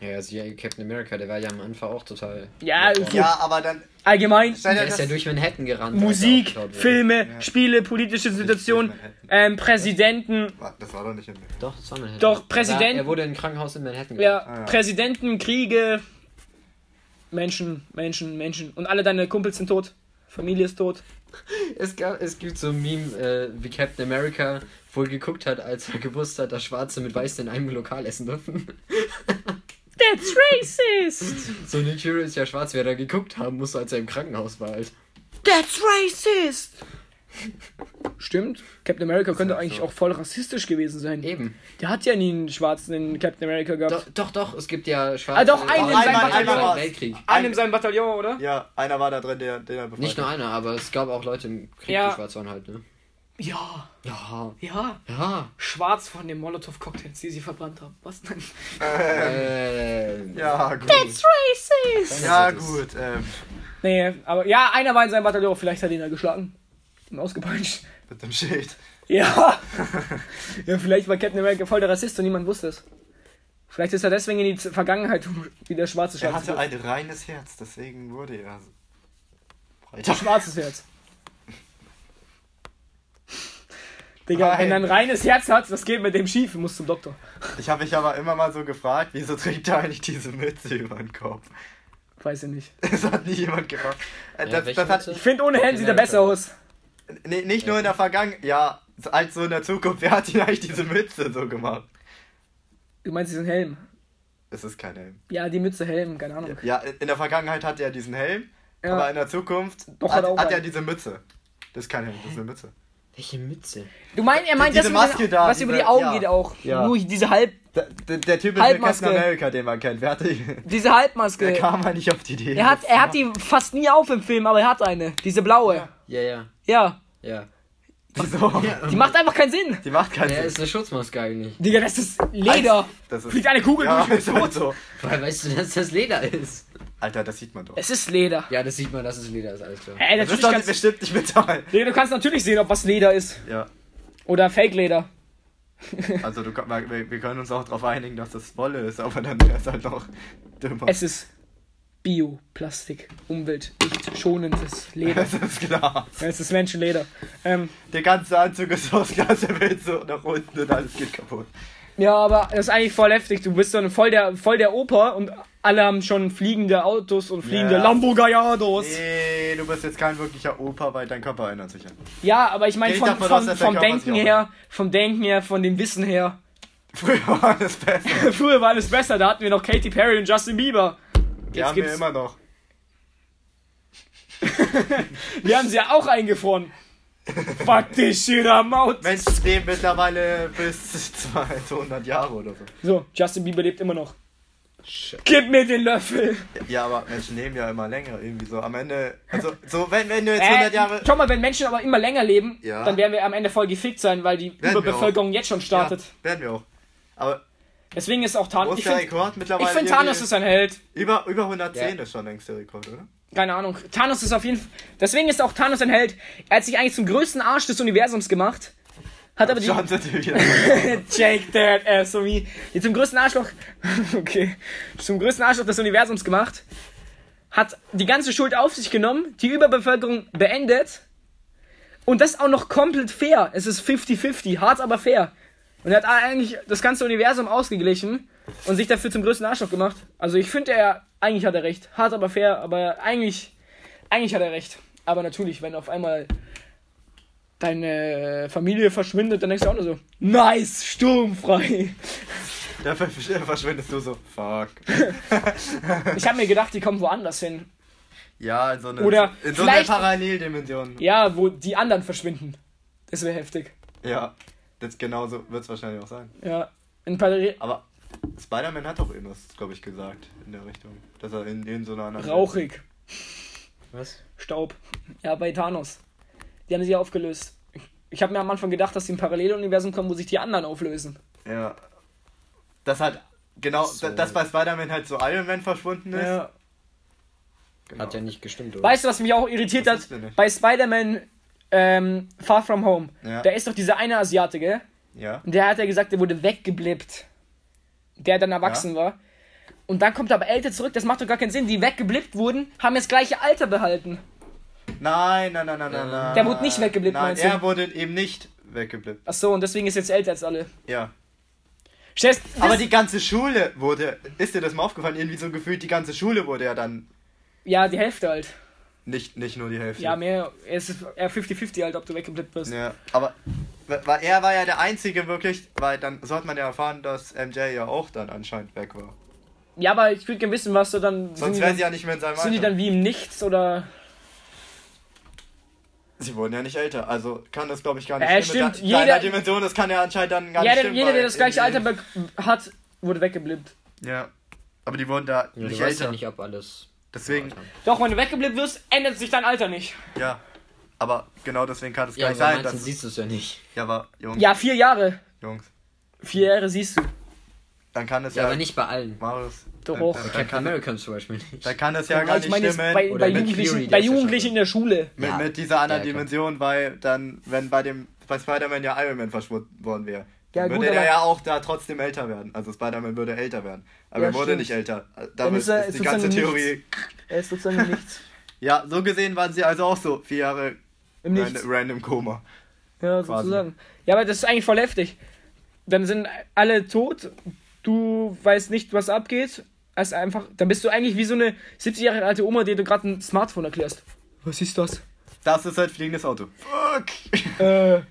Ja, also hier Captain America, der war ja am Anfang auch total.
Ja,
überfordert.
ja.
ja, aber dann.
Allgemein,
Der ist ja durch Manhattan gerannt. als er
Musik,
aufgetaucht wurde.
Filme, Spiele, politische Situationen, ähm, Präsidenten,
Das war doch nicht im.
Doch, das war Manhattan.
Doch,
Er
Präsident-
war- Er wurde in ein Krankenhaus in Manhattan
Ah, ja,
gebracht.
ja.
Präsidenten, Kriege, Menschen, Menschen, Menschen. Und alle deine Kumpels sind tot. Familie ist tot.
Es, gab, es gibt so ein Meme, äh, wie Captain America wohl geguckt hat, als er gewusst hat, dass Schwarze mit Weißen in einem Lokal essen dürfen.
That's racist!
So eine Cure ist ja schwarz, wer da geguckt haben musste, als er im Krankenhaus war halt.
That's racist! Stimmt, Captain America könnte eigentlich auch voll rassistisch gewesen sein.
Eben.
Der hat ja nie einen Schwarzen in Captain America gehabt.
Doch, doch, doch, es gibt ja Schwarze.
Ah, doch, einen in
Auch
seinem
einmal-
Bataillon.
einmal im Weltkrieg.
Einen in seinem Bataillon, oder?
Ja, einer war da drin, der, der befreit
Nicht nur einer, aber es gab auch Leute im Krieg,
Ja.
die schwarz waren halt, ne?
Ja,
Ja.
ja.
Ja.
Schwarz von den Molotow-Cocktails, die sie verbrannt haben. Was denn?
Ähm.
Ja, gut.
racist!
Ja, gut. Ähm,
Nee, aber ja, einer war in seinem Bataillon. Vielleicht hat ihn er geschlagen. Und ausgepeitscht.
mit dem Schild.
Ja! ja, vielleicht war Captain America voll der Rassist und niemand wusste es. Vielleicht ist er deswegen in die Z- Vergangenheit wieder schwarze
Er
Schwarze.
hatte ein reines Herz, deswegen wurde er. so- Breiter.
schwarzes Herz. Digga,
Nein.
wenn er ein reines Herz hat, was geht mit dem schief? Muss zum Doktor.
Ich habe mich aber immer mal so gefragt, wieso trägt er eigentlich diese Mütze über den Kopf?
Weiß ich nicht.
Das hat nie jemand gemacht. Äh,
Ja,
Das,
welche
das hat,
Mütze?
Ich finde, ohne Helm sieht er besser aus.
nee, nicht nur in der Vergangenheit, ja, als so in der Zukunft. Wer hat ihn eigentlich diese Mütze so gemacht?
Du meinst diesen Helm?
Es ist kein Helm.
Ja, die Mütze Helm, keine Ahnung.
Ja, in der Vergangenheit hatte er diesen Helm,
Ja.
aber in der Zukunft
Doch, hat
hat,
er auch
hat er
einen.
diese Mütze. Das ist kein Helm, das ist eine Mütze.
Welche Mütze?
Du meinst, er meint
Diese
das, mit
Maske
den,
da,
was
diese-
über die Augen
ja.
geht auch.
Ja.
Nur diese Halb,
Der, der, der Typ ist mit
Halbmaske. Äh.
Captain America, den man kennt. Wer hat die,
diese
der
Halbmaske.
kam eigentlich auf die Idee?
Er hat, er hat die fast nie auf im Film, aber er hat eine. Diese blaue.
Ja, ja,
Ja.
ja.
Wieso?
Die macht einfach keinen Sinn.
Die macht keinen
Der
Sinn.
ist eine Schutzmaske eigentlich.
Digga, das ist Leder.
Das ist-
Fliegt eine Kugel
ja,
durch.
ist halt so.
Woher weißt du, dass das Leder ist?
Alter, das sieht man doch.
Es ist Leder.
Ja, das sieht man, dass es Leder ist, alles klar.
Ey,
Das
Äh, natürlich
ist doch nicht-
kannst,
bestimmt nicht Metall.
Digga, du kannst natürlich sehen, ob was Leder ist.
Ja.
Oder Fake-Leder.
Also du, wir, wir können uns auch darauf einigen, dass das Wolle ist, aber dann wäre es halt noch dümmer.
Es ist Bioplastik. Umwelt. Nicht schonendes Leder.
Das ist klar.
Ja, es ist Menschenleder. Ähm,
Der ganze Anzug ist aus Glas, er will so nach unten und alles geht kaputt.
ja, aber das ist eigentlich voll heftig. Du bist so ein voll der, voll der Oper und alle haben schon fliegende Autos und fliegende
Ja.
Lambo Gallardos.
Nee, du bist jetzt kein wirklicher Opa, weil dein Körper erinnert sich an.
Ja, aber ich meine
Geh ich
von,
davon
von,
aus, dass der
vom
Körper sich
Denken
auch-
her, vom Denken her, von dem Wissen her.
Früher war das besser.
Früher war alles besser, da hatten wir noch Katy Perry und Justin Bieber.
Die haben wir
gibt's-
immer noch.
Wir haben sie ja auch eingefroren. Fuck dich, jeder Maut.
Menschen leben mittlerweile bis 200 Jahre oder so.
So, Justin Bieber lebt immer noch.
Shit.
Gib mir den Löffel.
Ja, aber Menschen leben ja immer länger irgendwie so. Am Ende, also so, wenn, wenn du jetzt 100
Äh,
Jahre...
schau mal, wenn Menschen aber immer länger leben,
Ja.
dann werden wir am Ende voll gefickt sein, weil die
wir
Überbevölkerung jetzt schon
Ja,
startet.
werden wir auch. Aber
Deswegen ist auch
wo
Thanos.
ist
Ich
der
finde,
Rekord mittlerweile?
find, Thanos
irgendwie-
ist ein Held.
Über, über 110
Ja.
ist schon längst der Rekord, oder?
Keine Ahnung. Thanos ist auf jeden Fall. Deswegen ist auch Thanos ein Held. Er hat sich eigentlich zum größten Arsch des Universums gemacht. Hat aber die.
Schon sind wir wieder.
Jake that ass of me. Die zum größten Arschloch. Okay. Zum größten Arschloch des Universums gemacht. Hat die ganze Schuld auf sich genommen, die Überbevölkerung beendet. Und das auch noch komplett fair. Es ist 50-50, hart aber fair. Und er hat eigentlich das ganze Universum ausgeglichen und sich dafür zum größten Arschloch gemacht. Also ich finde, er eigentlich hat er recht. Hart aber fair, aber eigentlich, eigentlich hat er recht. Aber natürlich, wenn auf einmal deine Familie verschwindet, dann denkst du auch nur so, nice, sturmfrei.
Da ver- verschwindest du so. Fuck.
Ich habe mir gedacht, die kommen woanders hin.
Ja, in so eine,
Oder
in so eine
vielleicht-
Paralleldimension. Ja.
Ja, wo die anderen verschwinden. Das wäre heftig.
Das genauso wird es wahrscheinlich auch sein.
Ja. In Paris
Aber Spider-Man hat doch irgendwas, glaube ich, gesagt in der Richtung. Dass er in, in so einer anderen.
rauchig.
Was?
Staub. Ja, bei Thanos. Die haben sich ja aufgelöst. Ich habe mir am Anfang gedacht, dass die im Paralleluniversum kommen, wo sich die anderen auflösen.
Ja. Das hat. Genau,
So.
da- dass bei Spider-Man halt so Iron Man verschwunden ist.
Ja.
Genau.
Hat ja nicht gestimmt, oder?
Weißt du, was mich auch irritiert
Was
hat?
ist denn nicht?
Bei Spider-Man ähm, Far From Home.
Ja.
Da ist doch dieser eine Asiate, gell?
ja.
Und der hat ja gesagt, der wurde weggeblippt. Der dann erwachsen war. Und dann kommt aber Älter zurück, das macht doch gar keinen Sinn. Die weggeblippt wurden, haben jetzt gleiche Alter behalten.
Nein, nein, nein, nein, nein, nein.
Der wurde nicht weggeblippt,
Nein,
meinst
er
du?
wurde eben nicht weggeblippt.
Ach so, und deswegen ist jetzt älter als alle.
Ja.
Stellst,
Aber die ganze Schule wurde. Ist dir das mal aufgefallen? Irgendwie so gefühlt, die ganze Schule wurde ja dann
Ja, die Hälfte halt.
nicht, nicht nur die Hälfte.
Ja, mehr. Es ist eher 50-50 halt, ob du weggeblippt wirst.
Ja, aber weil er war ja der Einzige wirklich, weil dann so hat man ja erfahren, dass MJ ja auch dann anscheinend weg war.
Ja, aber ich würde gerne wissen, was du dann. sind
Sonst halt
die
wären
dann,
sie ja nicht mehr in seinem
sind die
Alter.
dann wie im Nichts oder.
sie wurden ja nicht älter, also kann das glaube ich gar nicht
Äh,
stimmen.
stimmt,
Da,
jeder-
jeder Dimension, das kann ja anscheinend dann gar
Ja,
nicht
der,
stimmen.
jeder, der
weil
das gleiche Alter
irgendwie-
be- hat, wurde weggeblippt.
Ja, aber die wurden da
ja, du
nicht
weißt ja
älter.
nicht, ob alles.
Deswegen,
Doch, wenn du weggeblippt wirst, ändert sich dein Alter nicht.
ja. Aber genau deswegen kann es
Ja,
gar nicht
aber
sein.
meinst,
Dass
dann siehst du es ja nicht.
ja, aber Jungs,
Ja, vier Jahre.
Jungs,
Vier Jahre siehst du.
dann kann es
Ja,
ja,
aber nicht bei allen.
Marius,
Doch.
dann, dann, dann,
Captain
kann,
America zum Beispiel nicht.
dann kann es ja gar
ich
nicht
meine jetzt
stimmen.
bei,
Oder
bei
mit
Jugendlichen,
Fury,
bei
der ist ja
Jugendlichen in der Schule.
Mit,
Ja.
mit dieser anderen
Ja, klar.
Dimension, weil dann, wenn bei dem bei Spider-Man ja Iron Man verschwunden worden wäre,
Ja,
dann
gut,
würde er
aber-
ja auch da trotzdem älter werden. Also Spider-Man würde älter werden. Aber
Ja,
er wurde
stimmt.
nicht älter. Damit
Dann ist
ist,
er
die ganze
sozusagen
Theorie.
Er ist sozusagen nichts.
Ja, so gesehen waren sie also auch so vier Jahre
Im Nichts.
random, random Koma.
Ja,
Quasi.
sozusagen. Ja, aber das ist eigentlich voll heftig. Dann sind alle tot, du weißt nicht, was abgeht. Also einfach, dann bist du eigentlich wie so eine 70 Jahre alte Oma, der du gerade ein Smartphone erklärst. Was ist das?
Das ist halt fliegendes Auto. Fuck!
Äh, in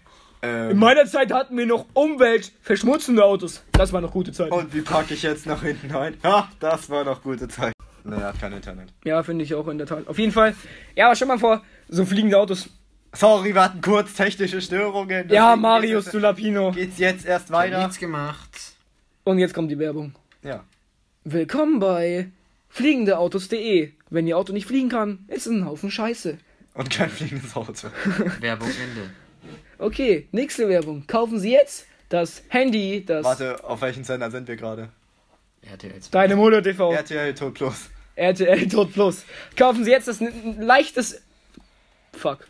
ähm,
meiner Zeit hatten wir noch umweltverschmutzende Autos. Das war noch gute Zeit.
und wie packe ich jetzt nach hinten ein? Ha, das war noch gute Zeit. Naja, hat kein Internet.
Ja, finde ich auch in der Tat. Auf jeden Fall. Ja, aber stell mal vor, so fliegende Autos.
Sorry, wir hatten kurz technische Störungen.
Ja,
deswegen
Marius,
geht's
du
jetzt-
Lapino.
Geht's jetzt erst
Ich hab
weiter?
nichts gemacht.
Und jetzt kommt die Werbung.
Ja.
Willkommen bei fliegendeautos.de. Wenn Ihr Auto nicht fliegen kann, ist es ein Haufen Scheiße.
Und kein fliegendes Auto.
Werbung Ende.
Okay, nächste Werbung. Kaufen Sie jetzt das Handy, das
Warte, auf welchen Sender sind wir gerade?
RTL 2.
deine Mutter TV,
RTL Tod Plus.
RTL Tod Plus. Kaufen Sie jetzt das n- n- leichtes Fuck.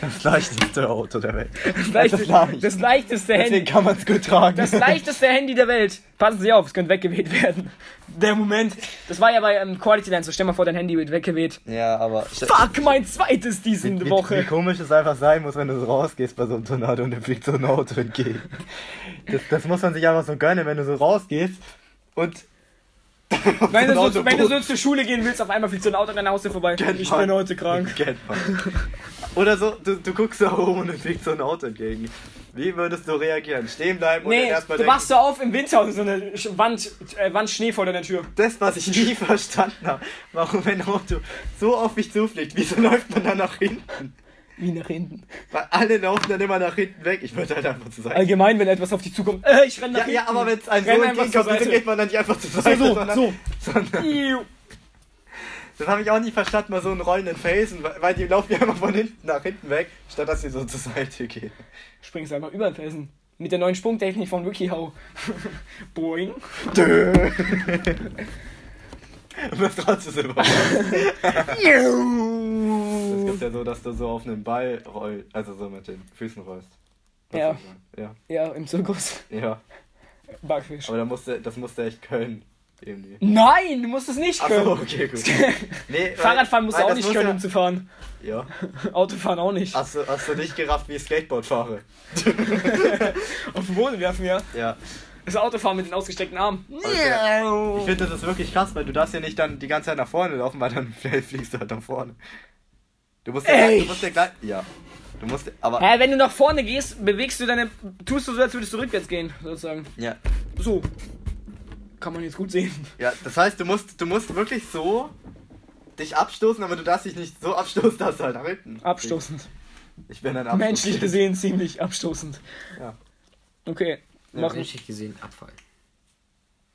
Das leichteste Auto der Welt.
Leichtes,
leicht.
das leichteste
Deswegen
Handy.
kann man es gut tragen.
Das leichteste Handy der Welt. Passen Sie auf, es könnte weggeweht werden. Der Moment. Das war ja bei ähm, Quality Land. So stell mal vor, dein Handy wird weggeweht.
ja, aber.
Fuck, mein zweites diese
Wie, wie
Woche.
komisch es einfach sein muss, wenn du so rausgehst bei so einem Tornado und dir fliegt so ein Auto entgegen. Das, das muss man sich einfach so gönnen, wenn du so rausgehst und.
Wenn du,
so ein
so,
Auto
wenn du so
tot- Genau.
zur Schule gehen willst, auf einmal fliegt so ein Auto an deiner Haustür vorbei. Ich
man.
bin heute krank.
Kennt man. Oder so, du, du guckst da oben und kriegst so ein Auto entgegen. Wie würdest du reagieren? Stehen bleiben und dann
Nee,
erstmal
du
denken,
wachst da auf im Winter und so eine Sch- Wand, äh, Wand Schnee vor deiner Tür.
das, was ich
Also
nie verstanden habe, warum ein Auto so auf mich zufliegt, wieso läuft man dann nach hinten?
Wie nach hinten.
Weil alle laufen dann immer nach hinten weg. Ich würde halt einfach zur Seite.
Allgemein, wenn etwas auf dich zukommt. Äh, ich renne Äh, nach
Ja,
hinten.
ja, aber wenn es einem so
Renn einfach
entgegenkommt,
zur
wieso
Seite.
geht man dann nicht einfach zur Seite?
So, so,
sondern,
so.
Sondern,
Iu.
das habe ich auch nie verstanden, mal so einen rollenden Felsen, weil weil die laufen ja immer von hinten nach hinten weg, statt dass sie so zur Seite gehen.
Springst einfach über den Felsen. Mit der neuen Sprungtechnik von WikiHow. Boing.
Dö. Und Um das trotzdem so Das gibt ja so, dass du so auf einen Ball rollst, also so mit den Füßen rollst. Was
Ja.
soll ich sagen? Ja,
Ja, im Zirkus.
ja.
Backfisch.
Aber da musste, das musste echt können. Irgendwie.
Nein, du musst es nicht können.
Achso, okay, gut. Nee, weil-
Fahrradfahren musst du
weil
auch
das
nicht
muss
können,
ja-
um zu fahren.
Ja.
Autofahren auch nicht.
Hast du, hast du nicht gerafft, wie ich Skateboard fahre?
Auf den Boden werfen, ja.
Ja.
Das Autofahren mit den ausgestreckten Armen.
Ich finde, das ist wirklich krass, weil du darfst ja nicht dann die ganze Zeit nach vorne laufen, weil dann fliegst du halt nach vorne. Du musst ja, du
Echt?
musst ja gleich. Ja. Du musst. Aber.
Hä, wenn du nach vorne gehst, bewegst du deine. Tust du so, als würdest du rückwärts gehen, sozusagen.
Ja.
So. Kann man jetzt gut sehen.
Ja, das heißt, du musst, du musst wirklich so dich abstoßen, aber du darfst dich nicht so abstoßen, dass du halt nach hinten.
Abstoßend.
Ich bin ein Abstoß.
Menschlich gesehen ziemlich abstoßend.
Ja.
Okay.
Ja,
Machen.
menschlich gesehen, Abfall.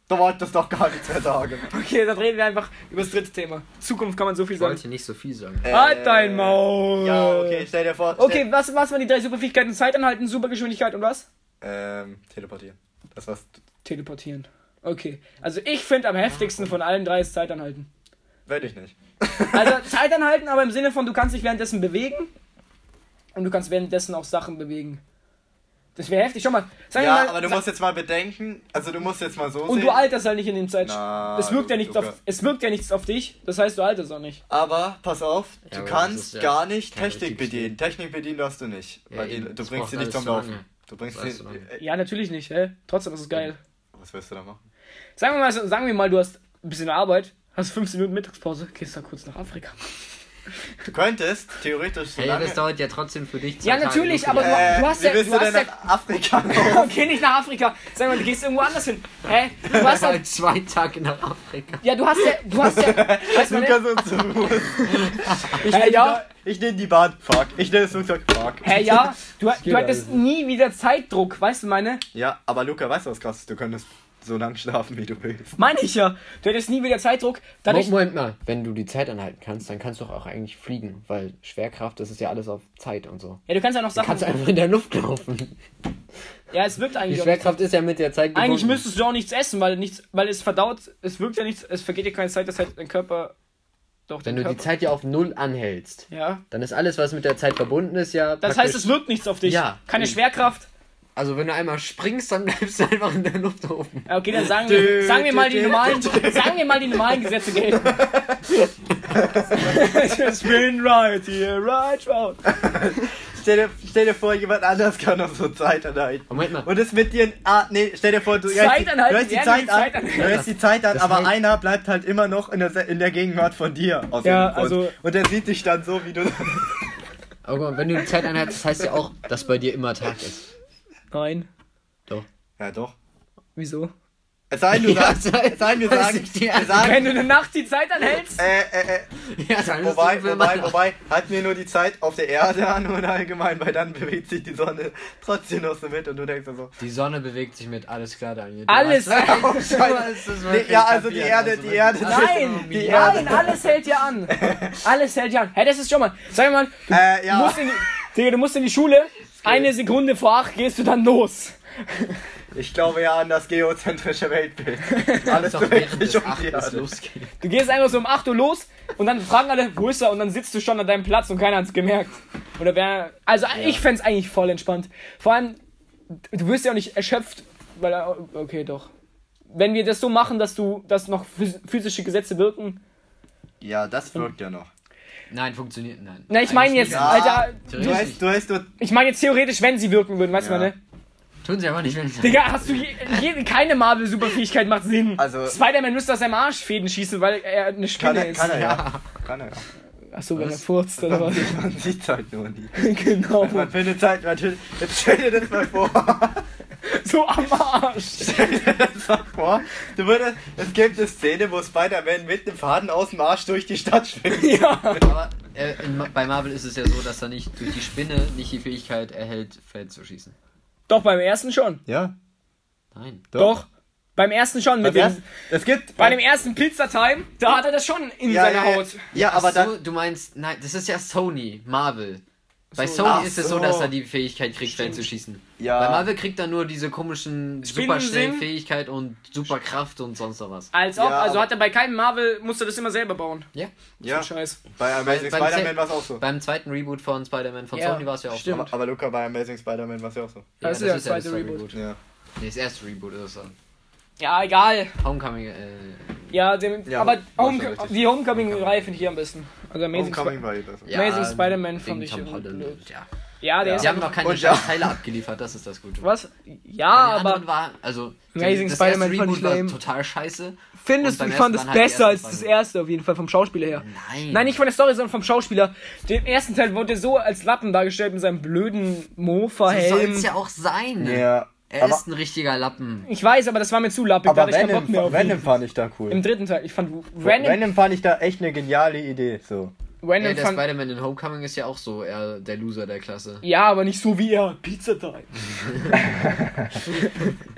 Du wolltest doch gar nichts mehr sagen.
Okay, dann reden wir einfach über das dritte Thema. Zukunft kann man so viel
Ich
sagen.
wollte nicht so viel sagen.
Halt dein Maul!
Ja, okay, stell dir vor. Stell,
Okay, was, was waren die drei Superfähigkeiten? Zeit anhalten, Supergeschwindigkeit und was?
Ähm, teleportieren. Das war's.
Teleportieren. Okay. Also ich finde am heftigsten von allen drei ist Zeit anhalten.
Würde ich nicht.
Also Zeit anhalten, aber im Sinne von, du kannst dich währenddessen bewegen und du kannst währenddessen auch Sachen bewegen. Das wäre heftig. Schau mal. Sag mir
Ja,
mal
aber du
sa-
musst jetzt mal bedenken, also du musst jetzt mal so
und
sehen.
du alterst halt nicht in dem Zeit.
Na,
es, wirkt ja
du-
nichts
du-
auf, es wirkt ja nichts auf dich, das heißt, du alterst auch nicht.
Aber pass auf,
Ja,
du
aber das ist
kannst
ja
gar nicht
kein
Technik
richtiges
bedienen. Technik bedienen darfst du nicht.
Ja,
weil die,
eben.
du
Das
bringst sie
braucht
nicht zum
alles zu
Laufen.
lange.
Du bringst
Das
sie.
ist zu lange.
äh,
Ja, natürlich nicht, hä? Trotzdem ist es geil.
Was willst du da machen?
Sagen wir mal, so- sagen wir mal, du hast ein bisschen Arbeit, hast 15 Minuten Mittagspause, gehst da kurz nach Afrika.
Du könntest theoretisch so
Hey,
lange. Äh,
das dauert ja trotzdem für dich zwei
Ja,
Tage,
natürlich,
nur für
aber
dich.
du- du hast
wie
ja-
willst
du
du
hast
denn
ja-
nach Afrika laufen?
Okay, nicht nach Afrika. Sag mal, du gehst irgendwo anders hin. Hä? Du hast halt.
Halt zwei Tage nach Afrika.
Ja, du hast ja. Du hast ja. Weißt du,
Lukas
ne?
und so. Ich
Hä,
nehm die
ja?
Ba- Ich nehme die Bahn, fuck. Ich nehme das Flugzeug, fuck.
Hä, ja? Du, du
geht
hattest nie wieder Zeitdruck, weißt du, meine?
Ja, aber Luca, weißt du was krass ist? Du könntest so lang schlafen, wie du willst.
Meine ich ja. Du hattest nie wieder Zeitdruck. Dadurch.
Moment, Moment mal, wenn du die Zeit anhalten kannst, dann kannst du doch auch eigentlich fliegen, weil Schwerkraft, das ist ja alles auf Zeit und so.
Ja, du kannst ja noch
Du kannst
Sachen.
einfach in der Luft laufen.
Ja, es wirkt eigentlich.
Die
auch nicht.
Schwerkraft ist ja mit der Zeit gebunden.
Eigentlich müsstest du auch nichts essen, weil nichts, weil es verdaut, es wirkt ja nichts, es vergeht ja keine Zeit, das heißt dein Körper. Doch,
Wenn
dein
du die
Körper.
Zeit ja auf Null anhältst,
Ja.
dann ist alles, was mit der Zeit verbunden ist, ja
Das heißt, es wirkt nichts auf dich.
Ja.
Keine Schwerkraft.
Also wenn du einmal springst, dann bleibst du einfach in der Luft oben.
Ja, Okay, dann sagen wir, sagen wir mal die normalen, sagen wir mal die normalen Gesetze gelten. Just spin right here, right round.
Stell dir, stell dir vor, jemand anders kann noch so Zeit anhalten.
Moment mal.
Und es mit dir. in- Ah, nee, stell dir vor, du
Zeit
hältst die-
anhalten,
du hältst die
ja,
Zeit
die
an.
Zeit anhalten.
Du hältst die Zeit an,
Das
aber
heißt-
einer bleibt halt immer noch in der, in der Gegenwart von dir. Aus
Ja,
irgendeinem Grund.
also-
Und der sieht dich dann so, wie du.
Aber guck mal, wenn du die Zeit anhältst, das heißt ja auch, dass bei dir immer Tag ist.
Nein.
Ja, doch.
Wieso?
Es sei denn, du
Ja,
sagst.
es sei-
Es sei denn, wir
weiß
sagen.
ich dir.
Wir sagen
Wenn du eine Nacht die Zeit anhältst.
äh, äh, äh,
Ja, dann ist
Wobei,
es immer
wobei,
Nacht.
wobei, halten wir nur die Zeit auf der Erde an und allgemein, weil dann bewegt sich die Sonne trotzdem noch so mit und du denkst dir so.
Die Sonne bewegt sich mit, alles klar, Daniel. Du
Alles.
hast-
Nein,
Du hast es wirklich
Ja, also die
kapiert,
Erde,
also
die Erde.
wirklich.
nein,
Die Erde.
alles hält ja an. Alles hält ja an. Hä, das ist schon mal. Sag mal, du,
Äh, ja.
musst in die, Digga, du musst in die Schule. Eine Sekunde vor acht gehst du dann los.
Ich glaube ja an das geozentrische Weltbild. Alles
Doch
bewegt
während
sich
des
um die
Achtes
Erde.
losgeht.
Du gehst einfach so um 8 Uhr los und dann fragen alle, wo ist er? Und dann sitzt du schon an deinem Platz und keiner hat's gemerkt. Oder wer. Also ich fänd's eigentlich voll entspannt. Vor allem, du wirst ja auch nicht erschöpft, weil. er- Okay, doch. Wenn wir das so machen, dass du, dass noch phys- physische Gesetze wirken.
Ja, das wirkt ja noch.
Nein, funktioniert, nein.
Na, ich meine
Eigentlich
jetzt,
nicht.
Ja.
Alter.
Du hast, du hast nur.
Ich meine jetzt theoretisch, wenn sie wirken würden, weißt du
Ja.
mal, ne?
Tun sie aber nicht, wenn sie.
Digga, hast du je, je, keine Marvel-Superfähigkeit macht Sinn.
Also-
Spider-Man müsste aus seinem Arsch Fäden schießen, weil er eine
Kann
Spinne
er,
ist.
kann er ja. Kann er ja.
Achso, wenn er
Was?
furzt oder was?
Man sieht es halt nur nie.
genau.
Man findet halt natürlich. Jetzt stell dir das mal vor.
So am Arsch.
Stell dir das mal vor. Du würdest, es gibt eine Szene, wo Spider-Man mit einem Faden aus dem Arsch durch die Stadt schwingt.
ja.
Aber äh, in, Ma- bei Marvel ist es ja so, dass er nicht durch die Spinne nicht die Fähigkeit erhält, Feld zu schießen.
Doch, beim ersten schon.
Ja,
Nein.
Doch. Beim ersten schon. Mit
Beim
dem,
ersten, es gibt.
bei dem ersten Pizza-Time, da hat er das schon in
ja,
seiner
ja,
Haut.
Ja, ja aber
Ach so,
dann.
du meinst, nein, das ist ja Sony, Marvel. Bei
So.
Sony
Ach
ist es
so.
so, dass er die Fähigkeit kriegt, Feld zu schießen.
Ja.
Bei Marvel kriegt er nur diese komischen
Spinnensinn.
superschnellen Fähigkeit und Superkraft und sonst noch was.
Als ob,
Ja,
also
aber-
hat er bei keinem Marvel, musste das immer selber bauen.
Ja.
Ja,
Scheiß.
bei Amazing
beim
Spider-Man
Ze-
war es auch so.
Beim zweiten Reboot von Spider-Man von
Ja,
Sony war es ja auch
stimmt.
Aber, aber Luca, bei Amazing Spider-Man war es ja auch so.
so. Ja,
Das ist ja das zweite Reboot.
Ja.
Nee, das erste Reboot ist es dann.
Ja, egal.
Homecoming, äh,
Ja, dem,
Ja,
aber
war schon
Homec-
richtig.
die Homecoming-Reihe finde ich hier am besten. Also Amazing
Homecoming
Spi-
war eh besser.
ja,
Amazing Spider-Man fand
wegen
ich
Tom
irgendwie blöd.
Holland, ja.
Ja, der
Ja.
ist
Sie
ja.
haben noch keine
Und ja.
scheiß Teile abgeliefert, das ist das Gute.
Was? Ja,
Bei den
aber
anderen war, also,
Amazing
das
Spider-Man
erste
fand
Reboot
ich
war
lame.
total scheiße.
findest
und beim
du, ich fand das
ersten waren halt die
besser als
ersten
das
beiden.
erste auf jeden Fall vom Schauspieler her.
Nein.
Nein, nicht von der Story, sondern vom Schauspieler. Dem ersten Teil wurde er so als Lappen dargestellt mit seinem blöden
So soll
Mofa-Helm.
es ja auch sein.
Ja.
Er
aber
ist ein richtiger Lappen.
Ich weiß, aber das war mir zu lappig, da
aber
hatte ich keinen Bock
Venom,
mehr auf
Venom
ihn.
fand ich da cool.
Im dritten Teil, ich fand
Venom,
Venom,
fand ich da echt eine geniale Idee. So.
Ey,
Venom
der
fand...
Spider-Man in Homecoming ist ja auch so er, der Loser der Klasse.
Ja, aber nicht so wie er. Pizza-Time.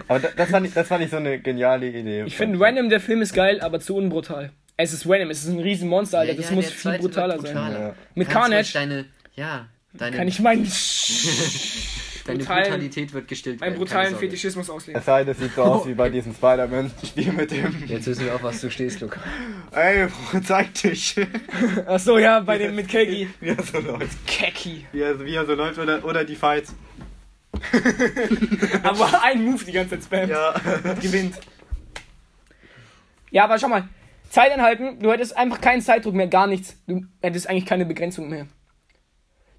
Aber da, das, fand ich, das fand ich so eine geniale Idee.
Ich finde Venom, der Film ist geil, aber zu unbrutal. Es ist Venom, es ist ein riesen Monster, Alter.
Ja,
Das
ja,
muss
der
viel
zweite
brutaler
wird
sein.
brutaler.
Ja.
Mit
Kannst
Carnage
ruhig Deine, ja, deine,
kann ich meinen,
deine
brutalen-
Brutalität wird gestillt.
meinen
werden,
brutalen
keine Sorge.
Fetischismus ausleben.
Es sei denn, es sieht so aus wie bei diesem Spider-Man-Spiel mit dem.
Jetzt wissen wir auch, was du stehst, Luca.
Ey, zeig dich!
Achso, ja, bei dem mit Keggy.
Wie er so läuft.
Keggy.
Wie er, wie er so läuft oder, oder die Fights.
Aber ein Move die ganze Zeit spammt.
Ja, gewinnt.
Ja, aber schau mal. Zeit anhalten, du hättest einfach keinen Zeitdruck mehr, gar nichts. Du hättest eigentlich keine Begrenzung mehr.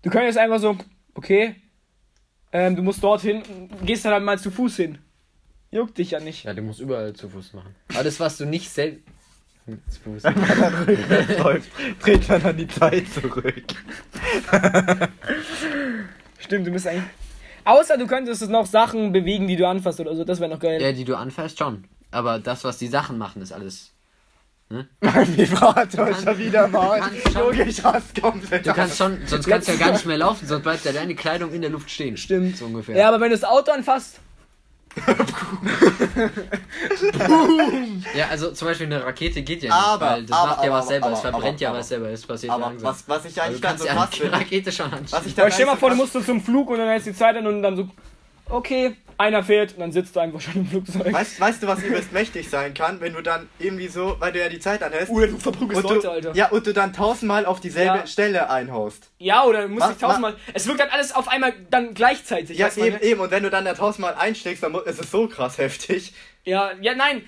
Du könntest einfach so, okay, ähm, du musst dorthin, gehst dann halt mal zu Fuß hin. Juckt dich ja nicht.
Ja, du musst überall zu Fuß machen. Alles, was du nicht selbst. Zu Fuß.
läuft. Dreht dann an die Zeit zurück.
Stimmt, du bist eigentlich. Außer du könntest noch Sachen bewegen, die du anfasst oder so, das wäre noch geil.
Ja, die du anfährst, schon. Aber das, was die Sachen machen, ist alles.
Mein Vibrator ist schon wieder mal.
kannst schon-
Junge, ich hasse komplett.
Du kannst schon, sonst kannst du ja gar nicht mehr laufen, sonst bleibt ja deine Kleidung in der Luft stehen.
Stimmt.
So ungefähr.
Ja, aber wenn du das Auto anfasst,
Ja, also zum Beispiel eine Rakete geht ja nicht,
Aber,
weil das
aber,
macht ja was
aber,
selber, es
aber,
verbrennt ja
aber,
was selber, es passiert ja
Aber
langsam.
was, was ich
also
eigentlich
du
ganz
kannst
so
ja
krass
eine
finde.
Rakete schon anschauen.
Was ich
aber
dann
stell mal vor, du musst so zum Flug und dann hältst du die Zeit an und dann so, okay, einer fährt und dann sitzt du einfach schon im Flugzeug.
Weißt, weißt du, was übelst mächtig sein kann, wenn du dann irgendwie so, weil du ja die Zeit anhältst.
Oder du verprügelst
und
Leute,
du,
Alter.
Ja, und du dann tausendmal auf dieselbe
Ja.
Stelle einhaust.
Ja, oder muss
Mach-
ich tausendmal. Es wirkt dann alles auf einmal dann gleichzeitig.
Ja,
weißt du, ne? meine?
eben, eben. Und wenn du dann da tausendmal einsteckst, dann mu- ist es so krass heftig.
ja, ja, nein.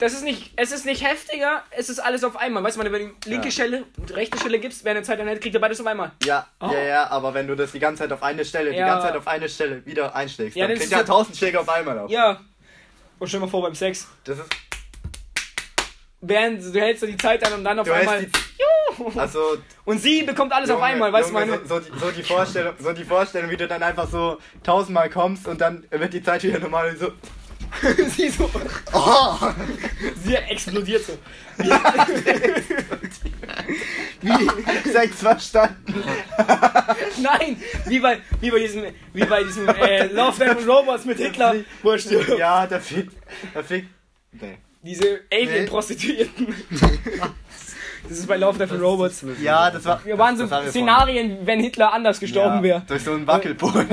Das ist nicht, es ist nicht heftiger, es ist alles auf einmal. Weißt du, meine, wenn du linke
Ja.
Stelle und rechte Stelle gibst, während der Zeit anhält, kriegt er beides auf einmal.
Ja,
Oh.
ja, ja, aber wenn du das die ganze Zeit auf eine Stelle,
Ja.
die ganze Zeit auf eine Stelle wieder einschlägst,
Ja,
dann
das
kriegt
ist
ja
so-
tausend Schläge auf einmal auf.
Ja. Und stell mal vor beim Sex.
Das ist,
Während du hältst du die Zeit an und dann auf
du
einmal.
hältst die, also,
Und sie bekommt alles auf
Junge,
einmal, weißt du,
Junge,
meine.
So, so, die, so, die Vorstellung, so die Vorstellung, wie du dann einfach so tausendmal kommst und dann wird die Zeit wieder normal und so.
sie so.
Oh.
Sie explodiert so.
Wie? Sex verstanden.
Nein! Wie bei, wie bei diesem, wie bei diesem äh, Love Death and Robots mit Hitler, wo er stirbt.
Ja, da fliegt. Da fliegt. Nee.
Diese Alien-Prostituierten. das ist bei Love Death and Robots.
Ja, das war.
Wir waren so
das haben wir
Szenarien, wenn Hitler anders
vorhin.
gestorben
ja,
wäre.
Durch so einen Wackelboden.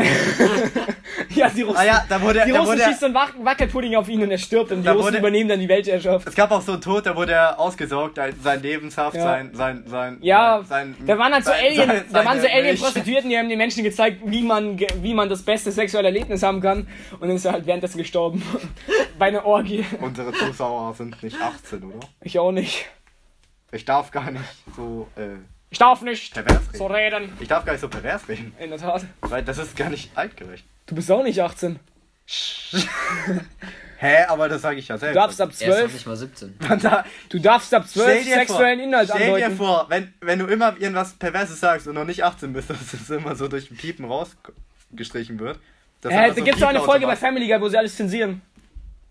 Ja, die Russen,
ah ja, da wurde.
die
Da
Russen
wurde
schießen so einen Wac- Wackelpudding auf ihn und er stirbt und die
Da
Russen
wurde-
übernehmen dann die Weltherrschaft.
es gab auch so einen Tod, da wurde er ausgesaugt, ein- sein Lebenshaft,
Ja.
sein, sein, sein.
Ja,
sein,
da waren halt so
sein-
Alien,
sein-
da waren so
seine
Alien-Prostituierten, die haben den Menschen gezeigt, wie man, ge- wie man das beste sexuelle Erlebnis haben kann. Und dann ist er halt währenddessen gestorben. Bei einer Orgie.
Unsere Zuschauer sind nicht 18, oder?
Ich auch nicht.
Ich darf gar nicht so äh,
Ich darf nicht
pervers reden.
so reden.
Ich darf gar nicht so pervers reden,
In der Tat.
weil das ist gar nicht altgerecht.
Du bist auch nicht 18.
Hä, aber das sage ich ja
Du
selber.
darfst ab
Er ist noch
12,
nicht mal 17.
Man da,
du darfst ab
stell
12
dir vor,
sexuellen Inhalt
stell dir
andeuten.
vor wenn, wenn du immer irgendwas Perverses sagst und noch nicht 18 bist, dass es immer so durch ein Piepen rausgestrichen wird. Das
Äh, da gibt es auch eine Folge bei
Fan.
Family Guy, wo sie alles zensieren.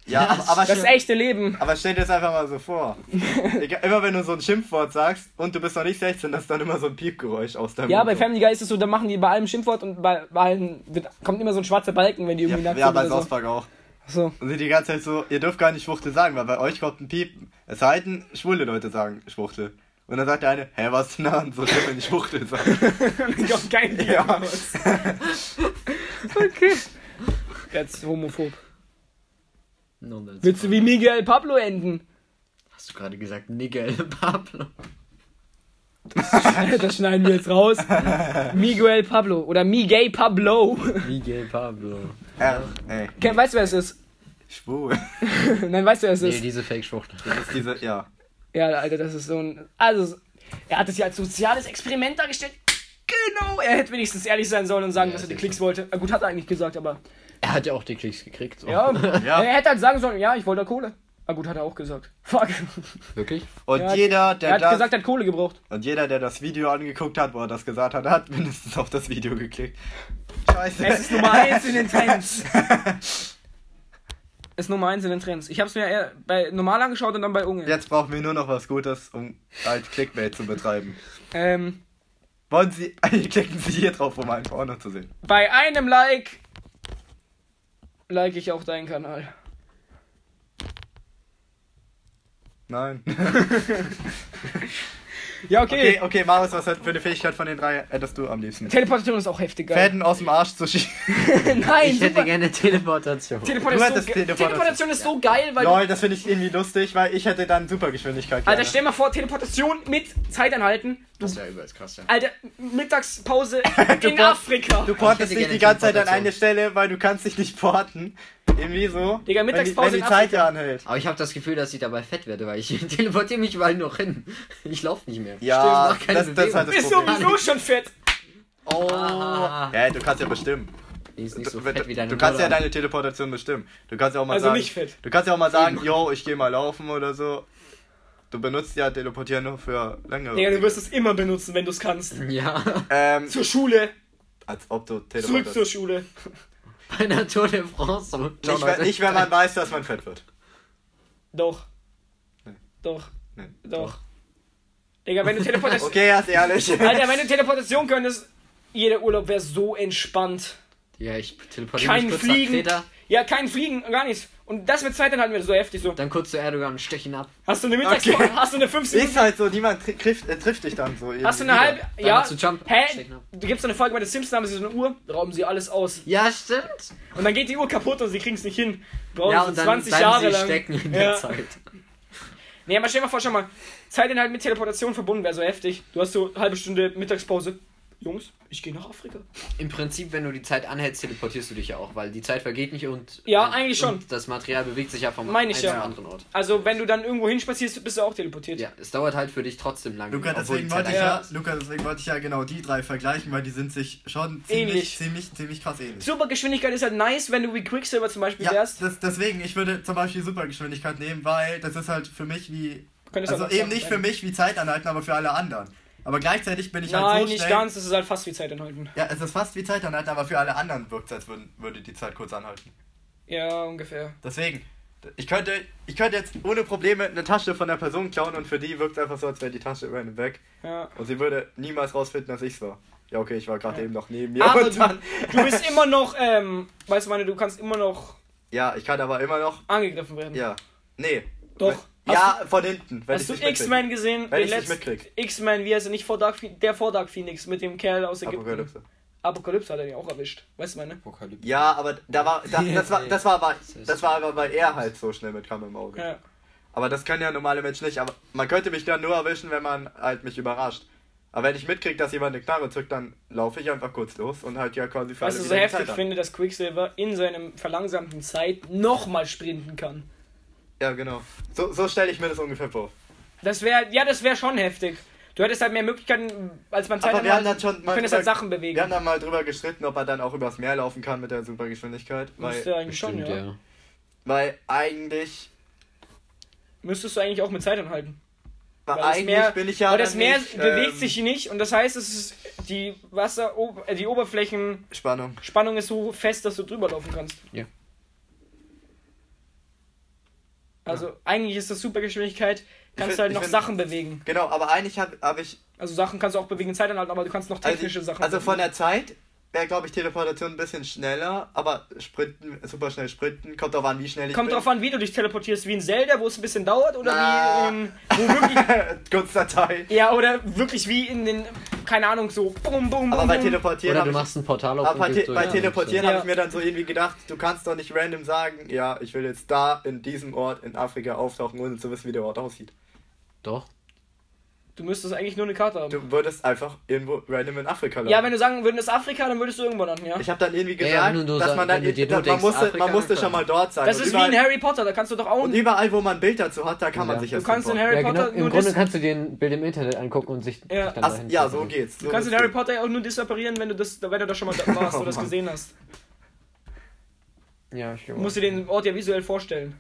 Ja, aber, aber,
Das
stell-
echte Leben.
aber stell dir das einfach mal so vor. Egal, immer wenn du so ein Schimpfwort sagst und du bist noch nicht 16, dass dann immer so ein Piepgeräusch aus deinem
Ja,
Mund
bei
kommt.
Family Guy ist es so, da machen die bei allem Schimpfwort und bei, bei allen wird, kommt immer so ein schwarzer Balken, wenn die irgendwie
Ja,
nackt
ja
sind
bei
oder
South
so.
Park auch.
so.
Und sie die ganze Zeit so, ihr dürft gar nicht Schwuchtel sagen, weil bei euch kommt ein Piepen. Es sei denn, schwule Leute sagen Schwuchtel. Und dann sagt der eine, hä, was denn an? So schlimm, wenn ich Schwuchtel sage.
Ich hab kein Bier.
ja.
Okay. Jetzt homophob.
No, that's
Willst du wie Miguel Pablo enden?
Hast du gerade gesagt, Nigel Pablo?
Das schneiden wir jetzt raus. Miguel Pablo oder Miguel Pablo.
Miguel Pablo.
Ja, ey,
Ken, weißt du, wer es ist?
schwul.
Nein, weißt du, wer es
Nee,
ist?
diese Fake-Schwuchtel.
Das ist diese, ja.
Ja, Alter, das ist so ein. Also, er hat es ja als soziales Experiment dargestellt. Genau, er hätte wenigstens ehrlich sein sollen und sagen,
Ja,
dass er die
sicher.
Klicks wollte. Ah, Gut, hat er eigentlich gesagt, aber.
Er hat ja auch die Klicks gekriegt. so.
Ja,
Ja.
er hätte halt sagen sollen, ja, ich wollte Kohle. Ah, gut, hat er auch gesagt. Fuck.
Wirklich?
Und
Er hat-
jeder, der
Er hat
das,
gesagt, er hat Kohle gebraucht.
und jeder, der das Video angeguckt hat, wo er das gesagt hat, hat mindestens auf das Video geklickt. Scheiße.
Es ist Nummer 1 in den Trends. ist Nummer 1 in den Trends. Ich hab's mir eher bei normal angeschaut und dann bei Unge.
Jetzt brauchen wir nur noch was Gutes, um halt Clickbait zu betreiben.
Ähm,
Wollen Sie, klicken Sie hier drauf, um ein Porno zu sehen.
bei einem Like like ich auch deinen Kanal.
Nein.
Ja, okay.
Okay, okay, Marius, was für eine Fähigkeit von den drei hättest du am liebsten?
Teleportation ist auch heftig geil.
Fäden aus dem Arsch zu schießen.
Nein,
Ich hätte
super.
gerne Teleportation.
Teleportation,
Du
ist
hättest
so, ge-
Teleportation.
Teleportation ist so geil, weil
Lol,
du,
das finde ich irgendwie lustig, weil ich hätte dann Supergeschwindigkeit gerne.
Alter, stell mal vor, Teleportation mit Zeit anhalten. Du,
Das wäre übelst krass, ja.
Alter, Mittagspause in
brauchst-
Afrika.
du portest
hätte
dich
gerne
die ganze Zeit an
Teleportation.
eine Stelle, weil du kannst dich nicht porten. Irgendwie so.
Digga, Mittagspause
Wenn die,
in
wenn die Zeit ja anhält.
Aber ich habe das Gefühl, dass ich dabei fett werde, weil ich teleportiere mich überall noch hin. Ich laufe nicht mehr.
Ja,
Stimmt, mach keine
das, das ist halt
Bewegung.
das
Bist
Problem.
sowieso schon fett.
Ah,
Ja, du kannst ja bestimmen.
die ist nicht so
du,
fett wie deine
du kannst ja
Mutter.
deine Teleportation bestimmen. Du kannst ja auch mal
Also
sagen.
nicht fett.
Du kannst ja auch mal sagen, yo, ich gehe mal laufen oder so. Du benutzt ja Teleportieren nur für längere.
Digga, du wirst es immer benutzen, wenn du es kannst.
Ja,
ähm,
Zur Schule,
als ob du
zurück zur
teleportierst.
Schule.
bei der Tour de France. so.
Nicht, wenn- nicht, wenn man weiß, dass man fett wird.
Doch. Doch.
Nee.
Doch. Digga, wenn du Teleportation.
Okay, erst ehrlich.
Alter, wenn du Teleportation könntest, jeder Urlaub wäre so entspannt.
Ja, ich teleportiere
Kein
mich kurz
Fliegen.
nach Kreta,
Ja, kein Fliegen, gar nichts. Und das mit Zeit anhalten wäre so heftig so.
dann kurz zu Erdogan und stech ihn ab.
Hast du eine Mittagspause?
Okay.
Hast du eine 5 Minuten?
Ist halt so, niemand tri- trifft, äh, trifft dich dann so.
Hast du
irgendwie
eine halbe.
wieder.
Dann
Ja.
machst du Jump.
Hä?
Stechen ab.
Du gibst eine Folge bei den Simpsons, haben sie so eine Uhr, rauben sie alles aus.
Ja, stimmt.
Und dann geht die Uhr kaputt und sie kriegen es nicht hin. Brauchen
Ja,
sie
und dann
20
bleiben
Jahre
sie
lang.
stecken in
ja.
der Zeit.
Nee, aber stell dir mal vor, schau mal. Zeitinhalt mit Teleportation verbunden wäre so heftig. Du hast so eine halbe Stunde Mittagspause. Jungs, ich gehe nach Afrika.
Im Prinzip, wenn du die Zeit anhältst, teleportierst du dich ja auch, weil die Zeit vergeht nicht und.
Ja,
und,
eigentlich schon.
Und das Material bewegt sich ja vom
Meine ich
einen zum
ja.
anderen Ort.
Also, wenn du dann irgendwo hinspazierst, bist du auch teleportiert.
Ja, es dauert halt für dich trotzdem lange.
Luca,
obwohl die
deswegen
Zeit
wollte ich
eigentlich-
ja,
angeht.
Luca, deswegen wollte ich ja genau die drei vergleichen, weil die sind sich schon ziemlich,
Ähnlich.
ziemlich, ziemlich krass ähnlich.
Supergeschwindigkeit ist halt nice, wenn du wie Quicksilver zum Beispiel
Ja,
wärst.
das, deswegen, ich würde zum Beispiel Supergeschwindigkeit nehmen, weil das ist halt für mich wie.
Könntest halt
Also
auch
eben
sagen,
nicht für mich wie Zeit anhalten, aber für alle anderen. Aber gleichzeitig bin ich
Nein,
halt so
nicht
schnell.
ganz, es ist halt fast wie Zeit anhalten.
Ja, es ist fast wie Zeit anhalten, aber für alle anderen wirkt es, als würden, würde die Zeit kurz anhalten.
Ja, ungefähr.
Deswegen.
Ich könnte, ich könnte jetzt ohne Probleme eine Tasche von einer Person klauen und für die wirkt es einfach so, als wäre die Tasche random weg.
Ja.
Und sie würde niemals rausfinden, dass ich's war. Ja, okay, ich war gerade eben noch neben mir.
Aber
und
du,
dann,
du bist immer noch, ähm, weißt du meine, du kannst immer noch
ja, ich kann aber immer noch.
angegriffen werden.
Ja. Nee.
Doch.
Wenn, ja, von hinten. Wenn
Hast du
ich's nicht
X-Men gesehen?
Wenn
Den
ich's nicht
letzten-
mitkrieg.
X-Men, wie heißt er nicht? Vor Dark, Phoenix- der vor Dark Phoenix mit dem Kerl aus
mitkrieg.
Ägypten. Apokalypse.
Apokalypse.
Apokalypse hat er ja auch erwischt. Weißt du meine?
Apokalypse.
Ja, aber da war, da, das war, das war aber, das war aber bei er halt so schnell mit Kamera im Auge.
Ja.
Aber das kann ja normale Menschen nicht. Aber man könnte mich dann nur erwischen, wenn man halt mich überrascht. Aber wenn ich mitkriege, dass jemand eine Knarre zückt, dann laufe ich einfach kurz los und halt ja quasi für
Was
alle
ich so
wieder die
heftig
Zeit an.
finde, dass Quicksilver in seinem verlangsamten Zeit nochmal sprinten kann.
Ja, genau. So, so stelle ich mir das ungefähr vor.
Das wäre, ja, das wäre schon heftig. Du hättest halt mehr Möglichkeiten, als man Zeit
Aber wir haben
anhalten.
dann schon
Du
mal
könntest
drüber,
halt Sachen bewegen.
wir haben dann mal drüber gestritten, ob er dann auch übers Meer laufen kann mit der Supergeschwindigkeit. Weil,
Müsste eigentlich schon,
Stimmt,
ja.
ja.
Weil eigentlich.
Müsstest du eigentlich auch mit Zeit anhalten.
Weil
Weil das
eigentlich
Meer-
bin ich ja.
aber das
dann
Meer
nicht,
bewegt
ähm,
sich nicht und das heißt, es ist die Wasser, äh, die Oberflächenspannung
ähm, Spannung.
ist so fest, dass du drüber laufen kannst.
Ja.
Also eigentlich ist das Supergeschwindigkeit, kannst
find-
du halt
ich
noch
find-
Sachen bewegen.
Genau, aber eigentlich habe hab ich
Also Sachen kannst du auch bewegen in Zeit anhalten, aber du kannst noch
Also,
technische Sachen
also von
bewegen.
der Zeit wäre, glaube ich, Teleportation ein bisschen schneller, aber Sprinten, super schnell Sprinten, kommt drauf an, wie schnell ich
Kommt
bin.
drauf an, wie du dich teleportierst, wie in Zelda, wo es ein bisschen dauert, oder
Na.
wie in, wo wirklich,
Kunstdatei.
ja, oder wirklich wie in den, keine Ahnung, so bum, bum,
Aber
bum,
bei
bum.
Oder
Teleportieren
du
habe ich,
machst ein Portal auf
aber bei,
und
Te
gehst durch.
bei
Ja.
Teleportieren
Mhm. Ja.
habe ich mir dann so irgendwie gedacht, du kannst doch nicht random sagen, ja, ich will jetzt da in diesem Ort in Afrika auftauchen, ohne zu wissen, wie der Ort aussieht.
Doch.
Du müsstest eigentlich nur eine Karte haben.
Du würdest einfach irgendwo random in Afrika laufen.
Ja, wenn du sagen würdest Afrika, dann würdest du irgendwo landen, ja.
ich habe dann irgendwie
Ja, ja,
gesagt,
wenn du
dass
sag-
man dann,
wenn du dir
dass
nur
man
denkst,
musste, man
Afrika,
musste schon
Afrika.
mal dort sein.
Das
Und
ist wie
also überall,
in Harry Potter, da kannst du doch auch.
Und
Du
überall, wo man ein Bild dazu hat, da kann man
Ja.
sich das
kannst in
hinbauen.
Harry
ja, genau.
Potter
Im
nur
Grunde
dis
kannst du dir ein Bild im Internet angucken und sich
Ja.
dich dann
Ach,
dahin
ja, so
teleportieren.
geht's. So
du kannst in
geht's.
Harry Potter auch nur disapparieren, wenn du das, wenn du da schon mal da warst
Oh
oder das
Mann.
gesehen hast.
Ja, ich
Du musst
Oh
dir den Ort ja visuell vorstellen.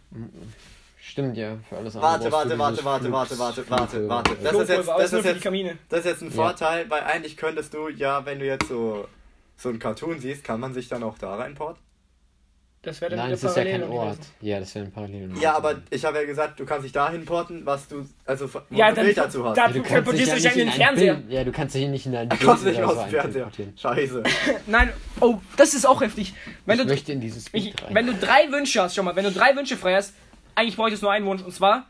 Stimmt ja, für alles
Warte,
brauchst
warte,
du
warte,
dieses
warte, warte,
Flugs-
warte, warte,
Flughöhe.
warte. Das ist jetzt,
Flohpulver, aber
das
es nur
ist
für die
jetzt,
Kamine.
das ist jetzt ein
Ja.
Vorteil, weil eigentlich könntest du ja, wenn du jetzt so so ein Cartoon siehst, kann man sich dann auch da reinporten.
Das wäre dann
Nein,
wieder
das ist ja kein
Paralleluniversum.
Ort. Ja, das wäre ein Paralleluniversum.
Ja, aber ich habe ja gesagt, du kannst dich dahin porten, was du also wo
Ja,
du ein
dann
Bild dazu hast.
da
Ja, du kannst dich
teleportierst
ja
du dich
nicht
ja in den
ein
Fernseher.
Bild- Ja, du kannst dich nicht in deinen
Du kommst nicht
oder
aus
so
dem
ein
Fernseher.
teleportieren.
Scheiße.
Nein, oh, das ist auch heftig. Wenn
Ich
du,
möchte in dieses
ich,
Bild rein.
wenn du drei Wünsche hast, schon mal, wenn du drei Wünsche frei hast, eigentlich brauche ich jetzt nur einen Wunsch und zwar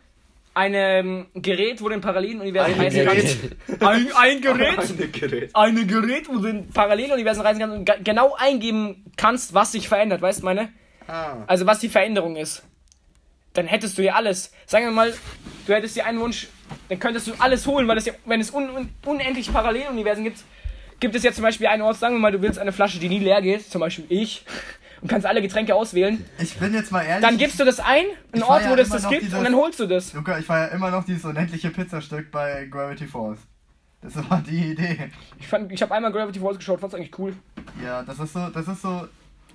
ein ähm, Gerät, wo den Paralleluniversen
Ein
reisen kannst. Ein, ein Gerät?
Ein Gerät.
eine Gerät, wo du in Paralleluniversen reisen kannst und ga- genau eingeben kannst, was sich verändert, weißt du meine?
Ah.
Also was die Veränderung ist. Dann hättest du ja alles. Sagen wir mal, du hättest dir einen Wunsch, dann könntest du alles holen, weil es ja, wenn es un, un, unendlich Paralleluniversen gibt, gibt es ja zum Beispiel einen Ort, sagen wir mal, du willst eine Flasche, die nie leer geht, zum Beispiel ich, und kannst alle Getränke auswählen.
Ich bin jetzt mal ehrlich.
Dann gibst du das ein, einen
Ich
Ort,
war ja
wo das
immer
das
noch
gibt,
dieses-
und dann holst du das.
Luca, ich war ja immer noch dieses unendliche Pizzastück bei Gravity Falls. Das war die Idee.
Ich, fand- ich habe einmal Gravity Falls geschaut, fand's eigentlich cool.
Ja, das ist so, das ist so,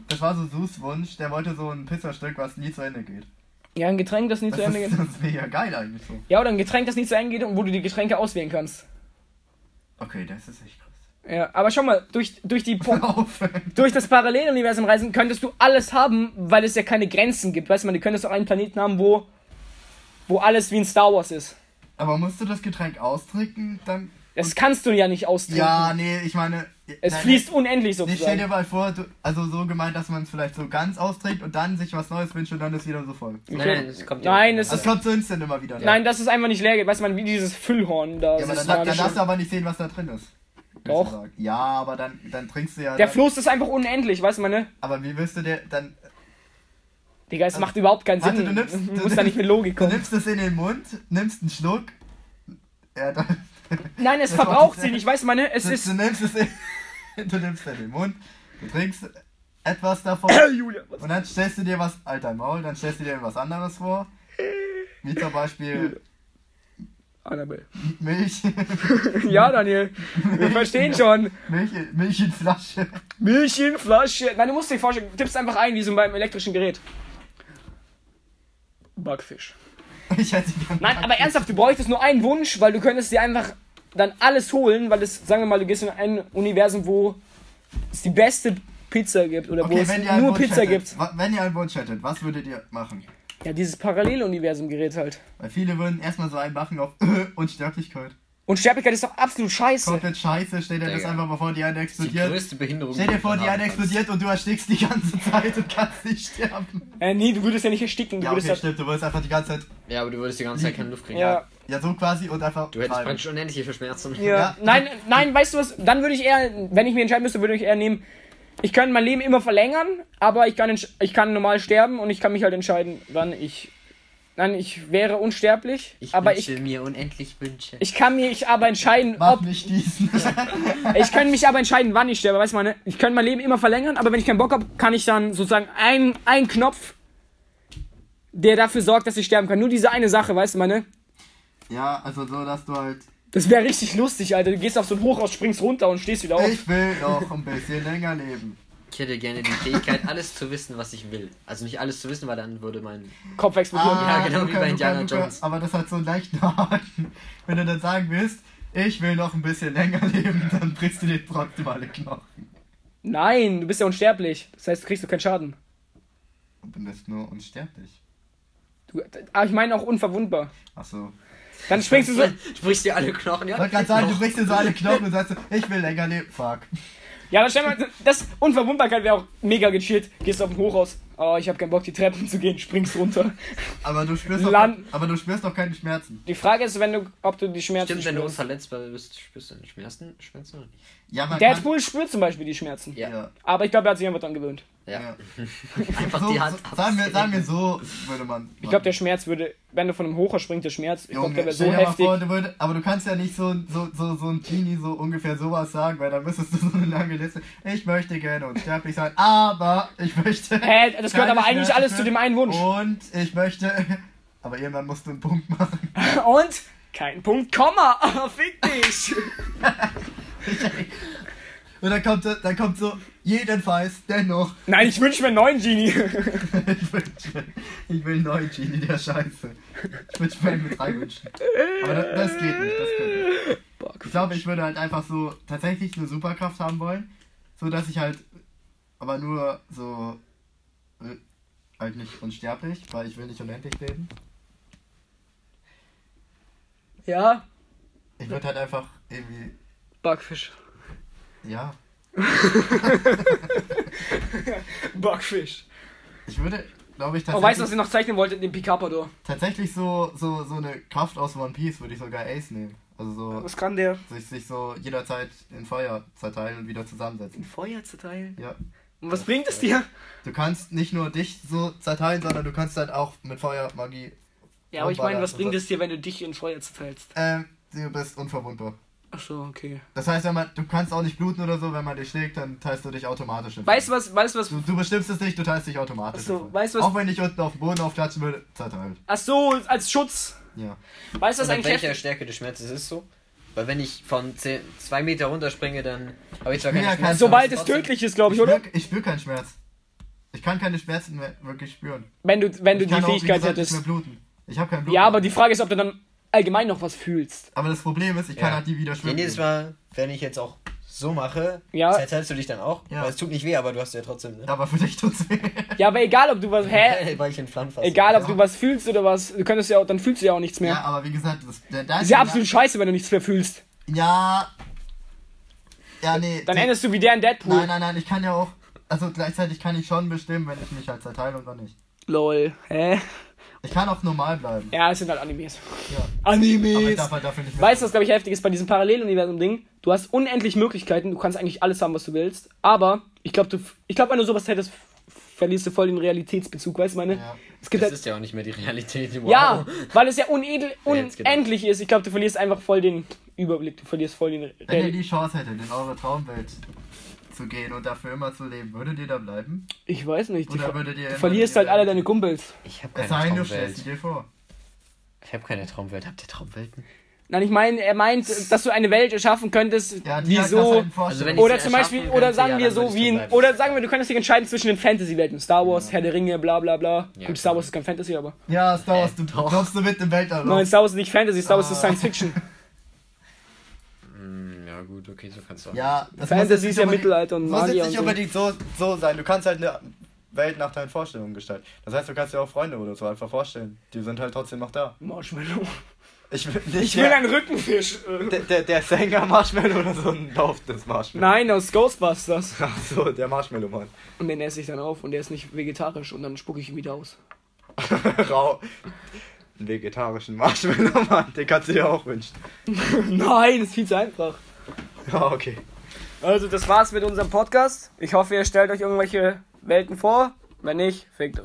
das war so Sus Wunsch, der wollte so ein Pizzastück, was nie zu Ende geht.
Ja, ein Getränk, das nie
Das
zu Ende geht.
ist, das ist mega geil eigentlich so.
Ja, oder ein Getränk, das nicht zu Ende geht und wo du die Getränke auswählen kannst.
Okay, das ist echt krass.
Ja, aber schau mal, durch, durch, die, Po-
Auf.
durch das Paralleluniversum reisen könntest du alles haben, weil es ja keine Grenzen gibt. Weißt du, man, du könntest auch einen Planeten haben, wo, wo alles wie in Star Wars ist.
Aber musst du das Getränk austrinken, dann...
Das kannst du ja nicht austrinken.
Ja, nee, ich meine...
es
nein,
fließt unendlich
Ich stell dir
sozusagen.
mal vor, du, also so gemeint, dass man es vielleicht so ganz austrägt und dann sich was Neues wünscht und dann ist wieder so voll.
Okay.
Nein, nein, es kommt
Nein, es
Das
ist,
kommt so instant immer wieder.
nein, das ist einfach nicht leer geht. Weißt du, man, wie dieses Füllhorn da.
ja, aber
das
dann,
ist
dann darfst du
magisch.
aber nicht sehen, was da drin ist.
Doch.
Sozusagen. Ja, aber dann, dann trinkst du ja.
Der
dann,
Floß ist einfach unendlich, weißt du, meine?
aber wie wirst du dir dann.
Digga, es macht überhaupt keinen
Also, Warte,
Sinn.
du nimmst. Du,
muss da nicht mit Logik
du
kommen.
nimmst es in den Mund, nimmst einen Schluck. Ja, dann.
Nein, es
Das macht
verbraucht sie
keinen Sinn.
nicht, weißt du, meine? Es
Du, du
ist.
nimmst es in, Du nimmst es in den Mund, du trinkst etwas davon
Julia, was?
und dann stellst du dir was. Alter Maul, dann stellst du dir was anderes vor. Wie zum Beispiel
Annabelle.
Milch.
Ja, Daniel. Wir verstehen schon.
Milch, in- Milch in Flasche.
Milch in Flasche. Nein, du musst dir vorstellen, du tippst einfach ein, wie so beim elektrischen Gerät. Backfisch.
Ich hätte gern
Nein, aber ernsthaft, du bräuchtest nur einen Wunsch, weil du könntest dir einfach dann alles holen, weil es, sagen wir mal, du gehst in ein Universum, wo es die beste Pizza gibt oder wo
Okay,
es
wenn ihr einen
nur
Wunsch
Pizza
hättet,
gibt.
wa- Wenn ihr einen Wunsch hättet, was würdet ihr machen?
Ja, dieses Paralleluniversum-Gerät halt.
Weil viele würden erstmal so einen machen auf Unsterblichkeit.
Und Sterblichkeit ist doch absolut scheiße.
Komplett scheiße, stell dir das
Digga.
einfach mal vor, die eine
Die
explodiert.
größte Behinderung.
Stell dir vor,
die
die
man
eine
haben kann.
explodiert und du erstickst die ganze Zeit und kannst nicht sterben.
Äh, nee, du würdest ja nicht ersticken. Du
Ja,
würdest
okay, stimmt, du wirst einfach die ganze Zeit.
Ja, aber du würdest die ganze Zeit keine Luft kriegen.
ja, ja,
Ja, so quasi und einfach.
Du hättest
fallen.
praktisch unendliche Verschmerzen.
Ja.
Ja.
Nein, nein, weißt du was? Dann würde ich eher, wenn ich mir entscheiden müsste, würde ich eher nehmen, ich kann mein Leben immer verlängern, aber ich kann, entsch- ich kann normal sterben und ich kann mich halt entscheiden, wann ich. Nein, ich wäre unsterblich,
Ich
aber
wünsche
ich.
mir unendlich Wünsche.
Ich kann mich aber entscheiden,
Mach
ob.
nicht diesen.
Ich kann mich aber entscheiden, wann ich sterbe, weißt du, meine? Ich kann mein Leben immer verlängern, aber wenn ich keinen Bock habe, kann ich dann sozusagen einen, einen Knopf, der dafür sorgt, dass ich sterben kann. Nur diese eine Sache, weißt du, meine?
ja, also so, dass du halt.
Das wäre richtig lustig, Alter. Du gehst auf so ein Hochhaus, springst runter und stehst wieder auf.
Ich will noch ein bisschen länger leben.
Ich hätte gerne die Fähigkeit, alles zu wissen, was ich will. Also nicht alles zu wissen, weil dann würde mein.
Kopf
Ah.
explodieren.
ja, genau wie bei Indiana Jones.
Aber das hat so einen leichten Haken. Wenn du dann sagen willst, ich will noch ein bisschen länger leben, dann brichst du dir trotzdem alle Knochen.
Nein, du bist ja unsterblich. Das heißt, kriegst du keinen Schaden.
Und dann bist du nur unsterblich.
Du, aber ich meine auch unverwundbar.
Achso.
Dann springst du so.
Sprichst dir alle Knochen,
Ich
ja?
wollte gerade sagen, du brichst dir so alle Knochen und sagst so, ich will länger leben. Fuck.
Ja, dann stell mal, das Unverwundbarkeit wäre auch mega gechillt. Gehst auf dem Hochhaus. Oh, ich habe keinen Bock, die Treppen zu gehen. Springst runter.
Aber du spürst doch,
Land-
aber du spürst doch keine Schmerzen.
Die Frage ist, wenn du, ob du die Schmerzen
Stimmt, wenn du
spürst.
unverletzbar bist, spürst du den Schmerzen? Schmerzen oder nicht?
Ja, man
Deadpool spürt zum Beispiel die Schmerzen.
kann...
Ja.
Ja.
Aber ich glaube, er hat sich einfach dran gewöhnt.
Ja.
ja.
Einfach
So,
die Hand
so, sagen, wir,
absägen.
sagen wir so, würde man...
Ich glaube, der Schmerz würde, wenn du von einem Hochhaus springst, der Schmerz, ich glaube,
Junge,
der wäre
stell
so
dir mal
heftig.
Vor, du würd, aber du kannst ja nicht so, so, so, so ein Genie so ungefähr sowas sagen, weil dann müsstest du so eine lange Liste. Ich möchte gerne unsterblich sein, aber ich möchte.
Hä, das gehört
keine
aber eigentlich
Schmerzen
alles zu dem einen Wunsch.
Und ich möchte. Aber irgendwann musst du einen Punkt machen.
Und kein Punkt, Komma. Ah, Fick dich.
Und dann kommt, so- dann kommt so, jedenfalls, dennoch,
Nein, ich wünsche mir einen neuen Genie.
ich wünsche mir- ich will einen neuen Genie der Scheiße. Ich wünsche mir einen mit drei Wünschen. Aber das, das geht nicht, das geht nicht. Ich glaube, ich würde halt einfach so tatsächlich eine Superkraft haben wollen, so dass ich halt, aber nur so äh, halt nicht unsterblich, weil ich will nicht unendlich leben.
Ja,
Ich würde halt einfach irgendwie,
Backfisch.
ja,
Backfisch.
ich würde, glaube ich,
Oh,
tatsächlich,
weißt du, was ihr noch zeichnen wolltet? Den Picapado.
tatsächlich so, so so eine Kraft aus One Piece würde ich sogar Ace nehmen. Also so
Was kann der?
sich, sich so jederzeit in Feuer zerteilen und wieder zusammensetzen.
Feuer zerteilen.
Ja.
Und was bringt es dir?
Du kannst nicht nur dich so zerteilen, sondern du kannst halt auch mit Feuer Magie.
Ja, aber ich meine, was bringt
es?
es dir, wenn du dich in Feuer zerteilst?
Ähm, du bist unverwundbar.
Ach so, okay.
Das heißt, wenn man, du kannst auch nicht bluten oder so, wenn man dich schlägt, dann teilst du dich automatisch. in-
Weißt du was, weißt du was?
du, du bestimmst es nicht, du teilst dich automatisch.
Ach so,
in-
weißt du was-
Auch wenn ich unten auf den Boden aufklatschen würde, zerteilt.
Ach so, als Schutz.
Ja.
Weißt du was
Und mit
eigentlich?
welcher
heftig-
Stärke des Schmerzes ist es so? Weil wenn ich von 10, 2 Meter runterspringe, dann habe ich zwar
Ja,
keine
ja,
Schmerzen.
klar.
Sobald
aber
es
trotzdem-
tödlich ist, glaube ich,
spür,
oder?
ich spür keinen Schmerz. Ich kann keine Schmerzen mehr wirklich spüren.
Wenn du, wenn du
ich
die
kann auch, wie
Fähigkeit
gesagt, nicht mehr
hättest.
bluten. Ich habe kein Blut.
Ja, aber
mehr.
die Frage ist, ob du dann allgemein noch was fühlst.
Aber das Problem ist, ich kann halt die wieder
Ja,
schwimmen.
jedes Mal, wenn ich jetzt auch so mache,
Ja.
zerteilst du dich dann auch.
Ja.
Weil es tut nicht weh, aber du hast ja trotzdem. Ne?
Aber für dich tut's weh.
Ja, aber egal, ob du was. Hä?
Weil ich in Flammen fasse.
Egal, ob du was fühlst oder was. Du könntest ja auch, dann fühlst du ja auch nichts
Ja,
mehr.
aber wie gesagt, das, da- da
Ist ja absolut scheiße, wenn du nichts mehr fühlst.
Ja. Ja, nee.
Dann
die-
endest du wie der in Deadpool.
Nein, nein, nein, ich kann ja auch. Also gleichzeitig kann ich schon bestimmen, wenn ich mich halt zerteile oder nicht.
Lol. Hä?
Ich kann auch normal bleiben.
Ja, es sind halt Animes.
Ja. Aber ich
Animes!
darf halt dafür nicht mehr.
Weißt du, was glaube ich heftig ist bei diesem Paralleluniversum-Ding? Du hast unendlich Möglichkeiten, du kannst eigentlich alles haben, was du willst, aber ich glaube, du, ich glaube, wenn du sowas hättest, verlierst du voll den Realitätsbezug, weißt du, meine?
Ja.
Es gibt
Das
halt,
ist ja auch nicht mehr die Realität. Wow.
ja, weil es ja unedel,
jetzt geht's.
unendlich ist. Ich glaube, du verlierst einfach voll den Überblick, du verlierst voll den
Wenn ihr
Realitätsbezug.
die Chance hättet, in eure Traumwelt zu gehen und dafür immer zu leben, würdet ihr da bleiben?
Ich weiß nicht, du,
Oder
ver
würdet ihr
du
immer
verlierst
die
halt alle
Realität-
deine Kumpels.
Ich habe
Es sei
keine
denn, du stellst sie
Traumwelt.
dir vor.
Ich habe keine Traumwelt. Habt ihr Traumwelten?
Nein, ich meine, er meint, dass du eine Welt erschaffen könntest,
Ja, die
die
hat das
so...
halt also
wenn
wenn
ich-
ich
Oder
sie
zum
erschaffen
Beispiel, oder
könnte, ja,
sagen wir
dann würde
so
ich
wie
drin
in,
bleiben.
oder sagen wir, du könntest dich entscheiden zwischen den Fantasy-Welten, Star Wars, Herr der Ringe, bla bla bla.
Ja,
Gut, Star
klar.
Wars ist kein Fantasy, aber.
Ja, Star Wars,
Äh,
du
doch.
kommst du mit im Weltall.
Nein, Star Wars ist nicht Fantasy, Star Wars
Ah.
ist Science Fiction.
Hm, ja gut, okay, so kannst du auch.
Ja, das
Fantasy
muss jetzt
ist
nicht
ja
unbedingt-
Mittelalter und
das
Magier
muss jetzt nicht
und
unbedingt so, so sein. Du kannst halt eine Welt nach deinen Vorstellungen gestalten. Das heißt, du kannst dir auch Freunde oder so einfach vorstellen. Die sind halt trotzdem noch da.
Marshmallow.
Ich will nicht.
Ich will einen Rückenfisch. äh.
der, der, der Sänger Marshmallow oder so ein laufendes Marshmallow.
Nein, aus Ghostbusters.
Ach so, der Marshmallow-Mann.
Und den esse ich dann auf und der ist nicht vegetarisch und dann spucke ich ihn wieder aus.
Rau. Einen vegetarischen Marshmallow-Mann, den kannst du dir auch wünschen.
Nein, ist viel zu einfach.
Ja, okay.
Also, das war's mit unserem Podcast. Ich hoffe, ihr stellt euch irgendwelche Welten vor. Wenn nicht, fickt